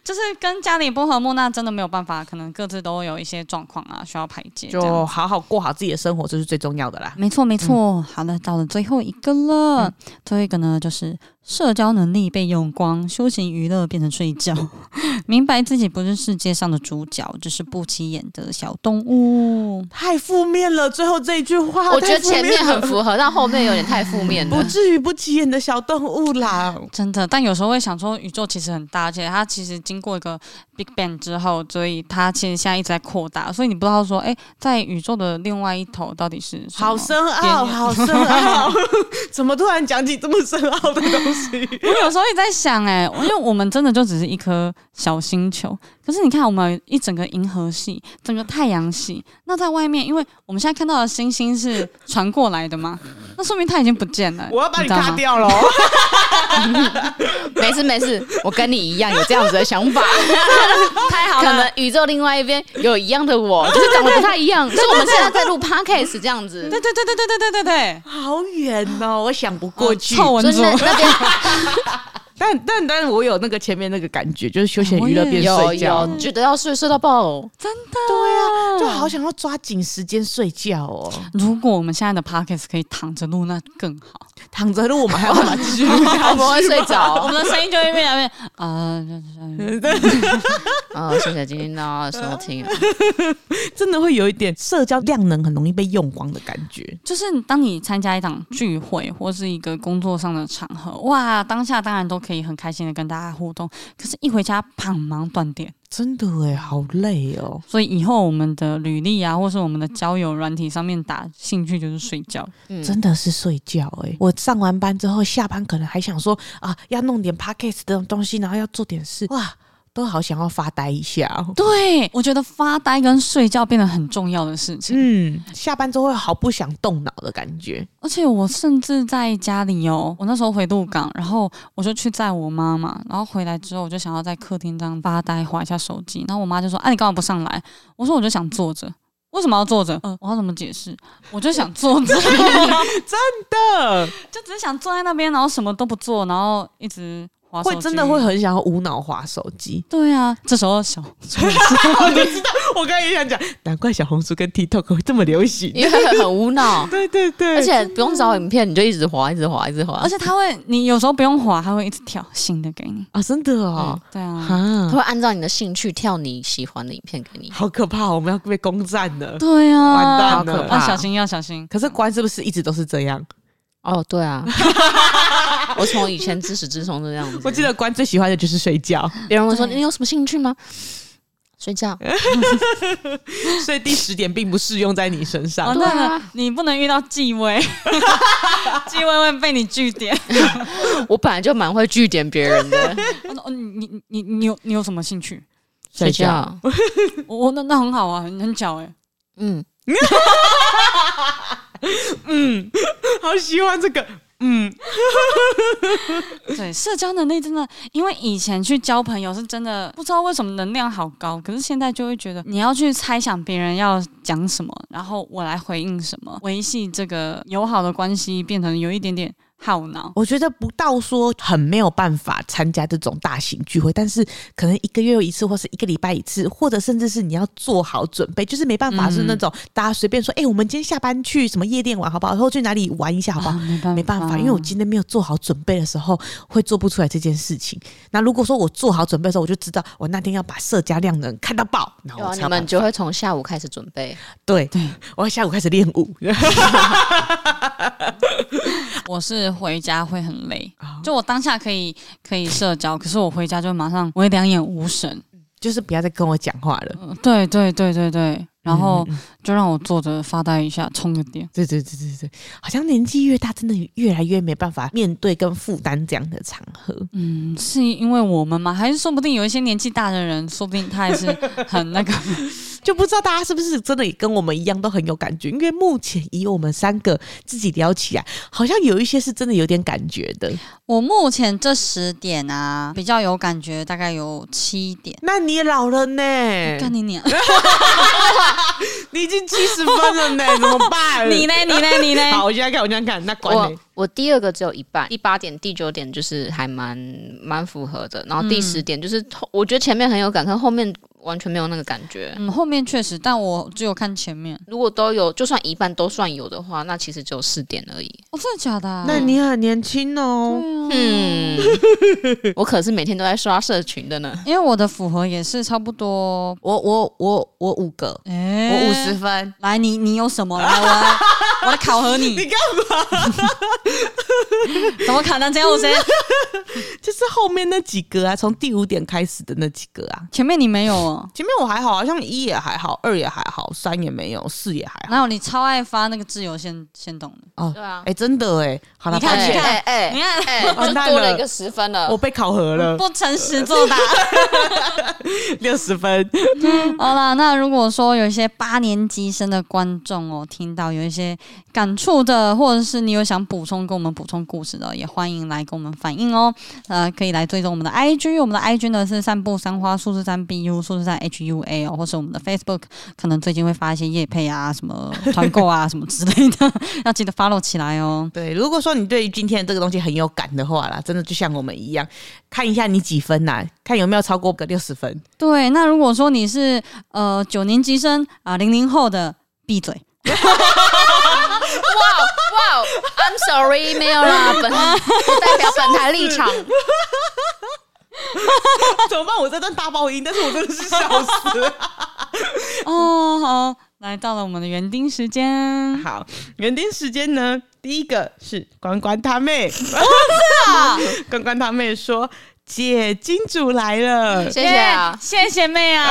Speaker 2: 就是跟家里不和睦，那真的没有办法，可能各自都有一些状况啊，需要排解。这样
Speaker 3: 就好好过好自己的生活，这是最重要的啦。
Speaker 2: 没错，没错。嗯好了，到了最后一个了，最后一个呢，就是社交能力被用光，休闲娱乐变成睡觉， 明白自己不是世界上的主角，只是不起眼的小动物。
Speaker 3: 太负面了，最后这一句话，
Speaker 4: 我觉得
Speaker 3: 太负啊了
Speaker 4: 前面很符合，但后面有点太负面
Speaker 3: 不
Speaker 4: 了。
Speaker 3: 至于不起眼的小动物啦。
Speaker 2: 真的，但有时候会想说，宇宙其实很大，而且它其实经过一个 Big Bang 之后，所以它其实现在一直在扩大，所以你不知道说，哎、在宇宙的另外一头到底是什么
Speaker 3: 好深奥，
Speaker 2: 边缘
Speaker 3: 好深奥， 怎么突然讲起这么深奥的东 西？
Speaker 2: 我有时候也在想、哎，因为我们真的就只是一颗小星球，可是你看，我们一整个银河系，整个太阳系，那在外面，因为我们现在看到的星星是传过来的嘛，那说明它已经不见了、
Speaker 3: 我要把你
Speaker 2: 知道
Speaker 3: 卡
Speaker 2: 吗
Speaker 3: 掉了哦。
Speaker 4: 没事没事，我跟你一样有这样子的想 法。
Speaker 2: 太好
Speaker 4: 可
Speaker 2: 了
Speaker 4: 能，宇宙另外一边有一样的我， 就是长得不太一样。所以我们现在在录 podcast 这样子
Speaker 2: 对，对对对对对对对对，
Speaker 3: 好远哦，我想不过去。
Speaker 2: 臭蚊
Speaker 4: 所以
Speaker 2: 子
Speaker 4: 那。那边
Speaker 3: 但但但我有那个前面那个感觉，就是休闲娱乐变
Speaker 4: 有
Speaker 3: 睡觉，
Speaker 4: 有，觉得要睡睡到 爆，
Speaker 3: 对啊，就好想要抓紧时间睡觉哦。
Speaker 2: 如果我们现在的 podcast 可以躺着录，那更好。
Speaker 3: 躺着录我们 还要把它继续录
Speaker 4: 我们会睡
Speaker 2: 我
Speaker 4: 着。
Speaker 2: 们的声音就会越来越啊，
Speaker 4: 啊，谢谢今天大家的收 听啊。
Speaker 3: 真的会有一点社交量能很容易被用光的感觉。
Speaker 2: 就是当你参加一场聚会或是一个工作上的场合，哇，当下当然都可以很开心的跟大家互动，可是，一回家砰忙断电。
Speaker 3: 真的哎，好累哦。
Speaker 2: 所以以后我们的履历啊，或是我们的交友软体上面打兴趣就是睡觉，
Speaker 4: 嗯，
Speaker 3: 真的是睡觉哎、我上完班之后，下班可能还想说啊，要弄点 podcast 的东西，然后要做点事，哇，都好想要发呆一下哦。
Speaker 2: 对我觉得发呆跟睡觉变得很重要的事情。
Speaker 3: 嗯，下班之后会好不想动脑的感觉。
Speaker 2: 而且我甚至在家里哦，我那时候回鹿港，然后我就去载我妈妈，然后回来之后我就想要在客厅这样发呆，划一下手机，然后我妈就说：“啊，你干嘛不上来？”我说：“我就想坐着。”为什么要坐着？嗯、我要怎么解释？我就想坐 着，
Speaker 3: 的
Speaker 2: 就只是想坐在那边，然后什么都不做，然后一直划手
Speaker 3: 会
Speaker 2: 机。。
Speaker 3: 真的会很想要无脑划手机
Speaker 2: 对啊，这时候小
Speaker 3: 我就知道， 我刚才也想讲，难怪小红书跟 TikTok 会这么流行。
Speaker 4: 因为很无 脑，
Speaker 3: 对对对，
Speaker 4: 而且不用找影片，你就一直滑，一直滑，一直滑，
Speaker 2: 而且他会，你有时候不用滑，他会一直跳新的给你。
Speaker 3: 啊，真的哦，
Speaker 2: 对啊，
Speaker 4: 他
Speaker 3: 啊，
Speaker 4: 会按照你的兴趣跳你喜欢的影片给你。
Speaker 3: 好可怕哦，我们要被攻占了。
Speaker 2: 对啊，
Speaker 3: 完蛋了
Speaker 2: 好可怕要小心，要小心。
Speaker 3: 可是关是不是一直都是这样？
Speaker 4: 哦，对 啊，我从以前自始至终都这样子。
Speaker 3: 我记得关最喜欢的就是睡 觉，
Speaker 4: 别人会说
Speaker 2: 对
Speaker 4: 你有什么兴趣吗？睡觉。
Speaker 3: 所以第十点并不适用在你身上
Speaker 2: 完。蛋了，哦啊你不能遇到纪 薇，纪薇会被你据点。
Speaker 4: 我本来就蛮会据点别人 的，
Speaker 2: 我说哦你你你你有你有什么兴趣？
Speaker 4: 睡觉。
Speaker 2: 我我那那很好啊，很很巧哎、
Speaker 4: 嗯，
Speaker 3: 好喜欢这个，
Speaker 2: 对，社交能力真的，因为以前去交朋友是真的不知道为什么能量好高，可是现在就会觉得你要去猜想别人要讲什么，然后我来回应什么，维系这个友好的关系，变成有一点点耗脑。
Speaker 3: 我觉得不到说很没有办法参加这种大型聚会，但是可能一个月有一次，或是一个礼拜一次，或者甚至是你要做好准备，就是没办法
Speaker 2: 嗯
Speaker 3: 是那种大家随便说，哎、我们今天下班去什么夜店玩好不好，或去哪里玩一下好不好？
Speaker 2: 啊没办法，
Speaker 3: 没办法，因为我今天没有做好准备的时候，会做不出来这件事情。那如果说我做好准备的时候，我就知道哦我那天要把社加量能看到爆，然后
Speaker 4: 对
Speaker 3: 我
Speaker 4: 啊，
Speaker 3: 才
Speaker 4: 你
Speaker 3: 有办
Speaker 4: 们就会从下午开始准备。
Speaker 3: 对
Speaker 2: 对，
Speaker 3: 我要下午开始练舞。
Speaker 2: 我是回家会很累，
Speaker 3: 啊
Speaker 2: 就我当下可以可以社交，可是我回家就马上我会两眼无神。
Speaker 3: 就是不要再跟我讲话了。
Speaker 2: 嗯对对对对对，然后
Speaker 3: 嗯
Speaker 2: 就让我坐着发呆一下，充个电。
Speaker 3: 对对对对对，好像年纪越大，真的越来越没办法面对跟负担这样的场合。
Speaker 2: 嗯，是因为我们吗？还是说不定有一些年纪大的人，说不定他也是很那个。
Speaker 3: 就不知道大家是不是真的也跟我们一样都很有感觉，因为目前以我们三个自己聊起来，好像有一些是真的有点感觉的。
Speaker 2: 我目前这十点啊，比较有感觉，大概有七点。
Speaker 3: 那你也老了呢，
Speaker 2: 干你娘！
Speaker 3: 你已经七十分了 呢，怎么办？
Speaker 2: 你嘞你 嘞你嘞！
Speaker 3: 哎好，我现在看，我现在看，那欸管
Speaker 4: 我
Speaker 3: 你。
Speaker 4: 我第二个只有一半，第八点、第九点就是还蛮蛮符合的，然后第十点就是、我觉得前面很有感，可是后面完全没有那个感觉。
Speaker 2: 嗯，后面确实，但我只有看前面。
Speaker 4: 如果都有，就算一半都算有的话，那其实只有四点而已。
Speaker 2: 哦，真的假的、啊？
Speaker 3: 那你很年轻哦，
Speaker 4: 嗯， 我可是每天都在刷社群的呢。
Speaker 2: 因为我的符合也是差不多。
Speaker 3: 我我我我五个，
Speaker 2: 哎
Speaker 3: 我五十分。
Speaker 2: 来，你你有什么？ 来，我来我来考核你。你干 嘛？怎么考成这样？我谁？
Speaker 3: 就是后面那几个啊，从第五点开始的那几个啊。
Speaker 2: 前面你没有哦。
Speaker 3: 前面我还好，好啊像一也还好，二也还好，三也没有，四也还好。
Speaker 2: 哪有你超爱发那个自由先先动的？
Speaker 3: 哦，
Speaker 4: 对啊
Speaker 3: 哎、真的哎、好了，
Speaker 2: 你看
Speaker 3: 抱
Speaker 2: 你
Speaker 3: 歉
Speaker 2: 看
Speaker 4: 哎哎
Speaker 2: 你看
Speaker 4: 哎，我
Speaker 3: 完
Speaker 4: 就
Speaker 3: 蛋
Speaker 4: 多
Speaker 3: 了
Speaker 4: 了一个十分了。
Speaker 3: 我被考核了，
Speaker 2: 不诚实作答。
Speaker 3: 六十分。
Speaker 2: 好啦，那如果说有一些八年级生的观众哦，听到有一些感触的，或者是你有想补充跟我们补充故事的，也欢迎来跟我们反映哦。呃，可以来追踪我们的 IG，我们的 IG 呢是散步三花数字三 BU 数字三 HUA 哦，或是我们的 Facebook，可能最近会发一些夜配啊、什么团购啊、什么之类的， 要记得 follow 起来哦。
Speaker 3: 对，如果说你对于今天这个东西很有感的话啦，真的就像我们一样，看一下你几分呐、看有没有超过个六十分。
Speaker 2: 对，那如果说你是呃九年级生啊，零、0零后的，闭嘴。
Speaker 4: 哇哦，I'm sorry，没有啦，本不代表本台立场。
Speaker 3: 怎么办？我这段大爆音，但是我真的是笑死 了。
Speaker 2: 哦，好，来到了我们的园丁时间。
Speaker 3: 好，园丁时间呢？第一个是关关他妹，啊 关关他妹说：“姐，金主来了。
Speaker 4: 谢谢啊，
Speaker 2: 谢谢妹啊！”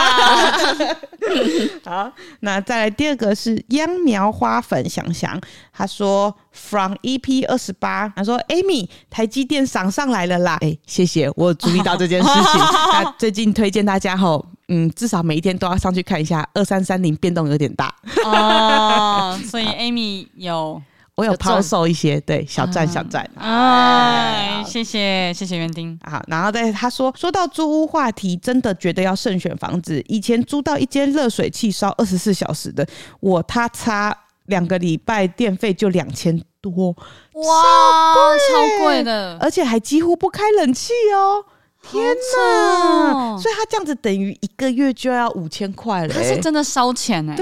Speaker 3: 好，那再来第二个是秧苗花粉想想，他说 from EP 二十八，他说 Amy 台积电涨上来了啦，哎、谢谢，我有注意到这件事 情。那最近推荐大家吼，嗯，至少每一天都要上去看一下，二三三零变动有点大，
Speaker 2: 哦，所以 Amy 有，
Speaker 3: 我有啊
Speaker 4: 有赚
Speaker 3: 抛售一些，对，小赚小赚。
Speaker 2: 哎，谢谢谢谢园丁。
Speaker 3: 好，然后再他说说到租屋话题，真的觉得要慎选房子。以前租到一间热水器烧二十四小时的，我他差两个礼拜电费就两千多，
Speaker 2: 哇，
Speaker 3: 超
Speaker 2: 超
Speaker 3: 贵
Speaker 2: 贵的，
Speaker 3: 而且还几乎不开冷气哦。天
Speaker 2: 哪
Speaker 3: 哪！所以他这样子等于一个月就要五千块了、
Speaker 2: 他哦是
Speaker 3: 欸
Speaker 2: 真的烧钱哎、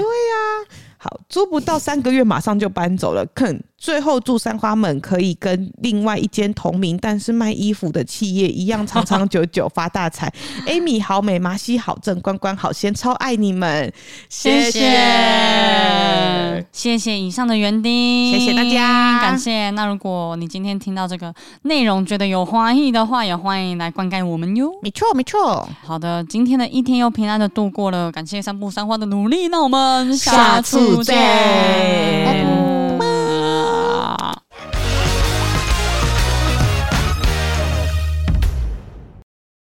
Speaker 3: 好，租不到三个月马上就搬走了。肯最后住三花门可以跟另外一间同名但是卖衣服的企业一样，长长久久发 大财。Amy 好美，麻西好正，关关好仙，超爱你们，
Speaker 2: 谢谢，谢谢以上的园丁，
Speaker 3: 谢谢大家
Speaker 2: 感谢。那如果你今天听到这个内容觉得有欢意的话，也欢迎来灌溉我们哟。
Speaker 3: 没错没错，
Speaker 2: 好的，今天的一天又平安的度过了，感谢三步三花的努力，那我们
Speaker 3: 下次见
Speaker 4: 拜拜。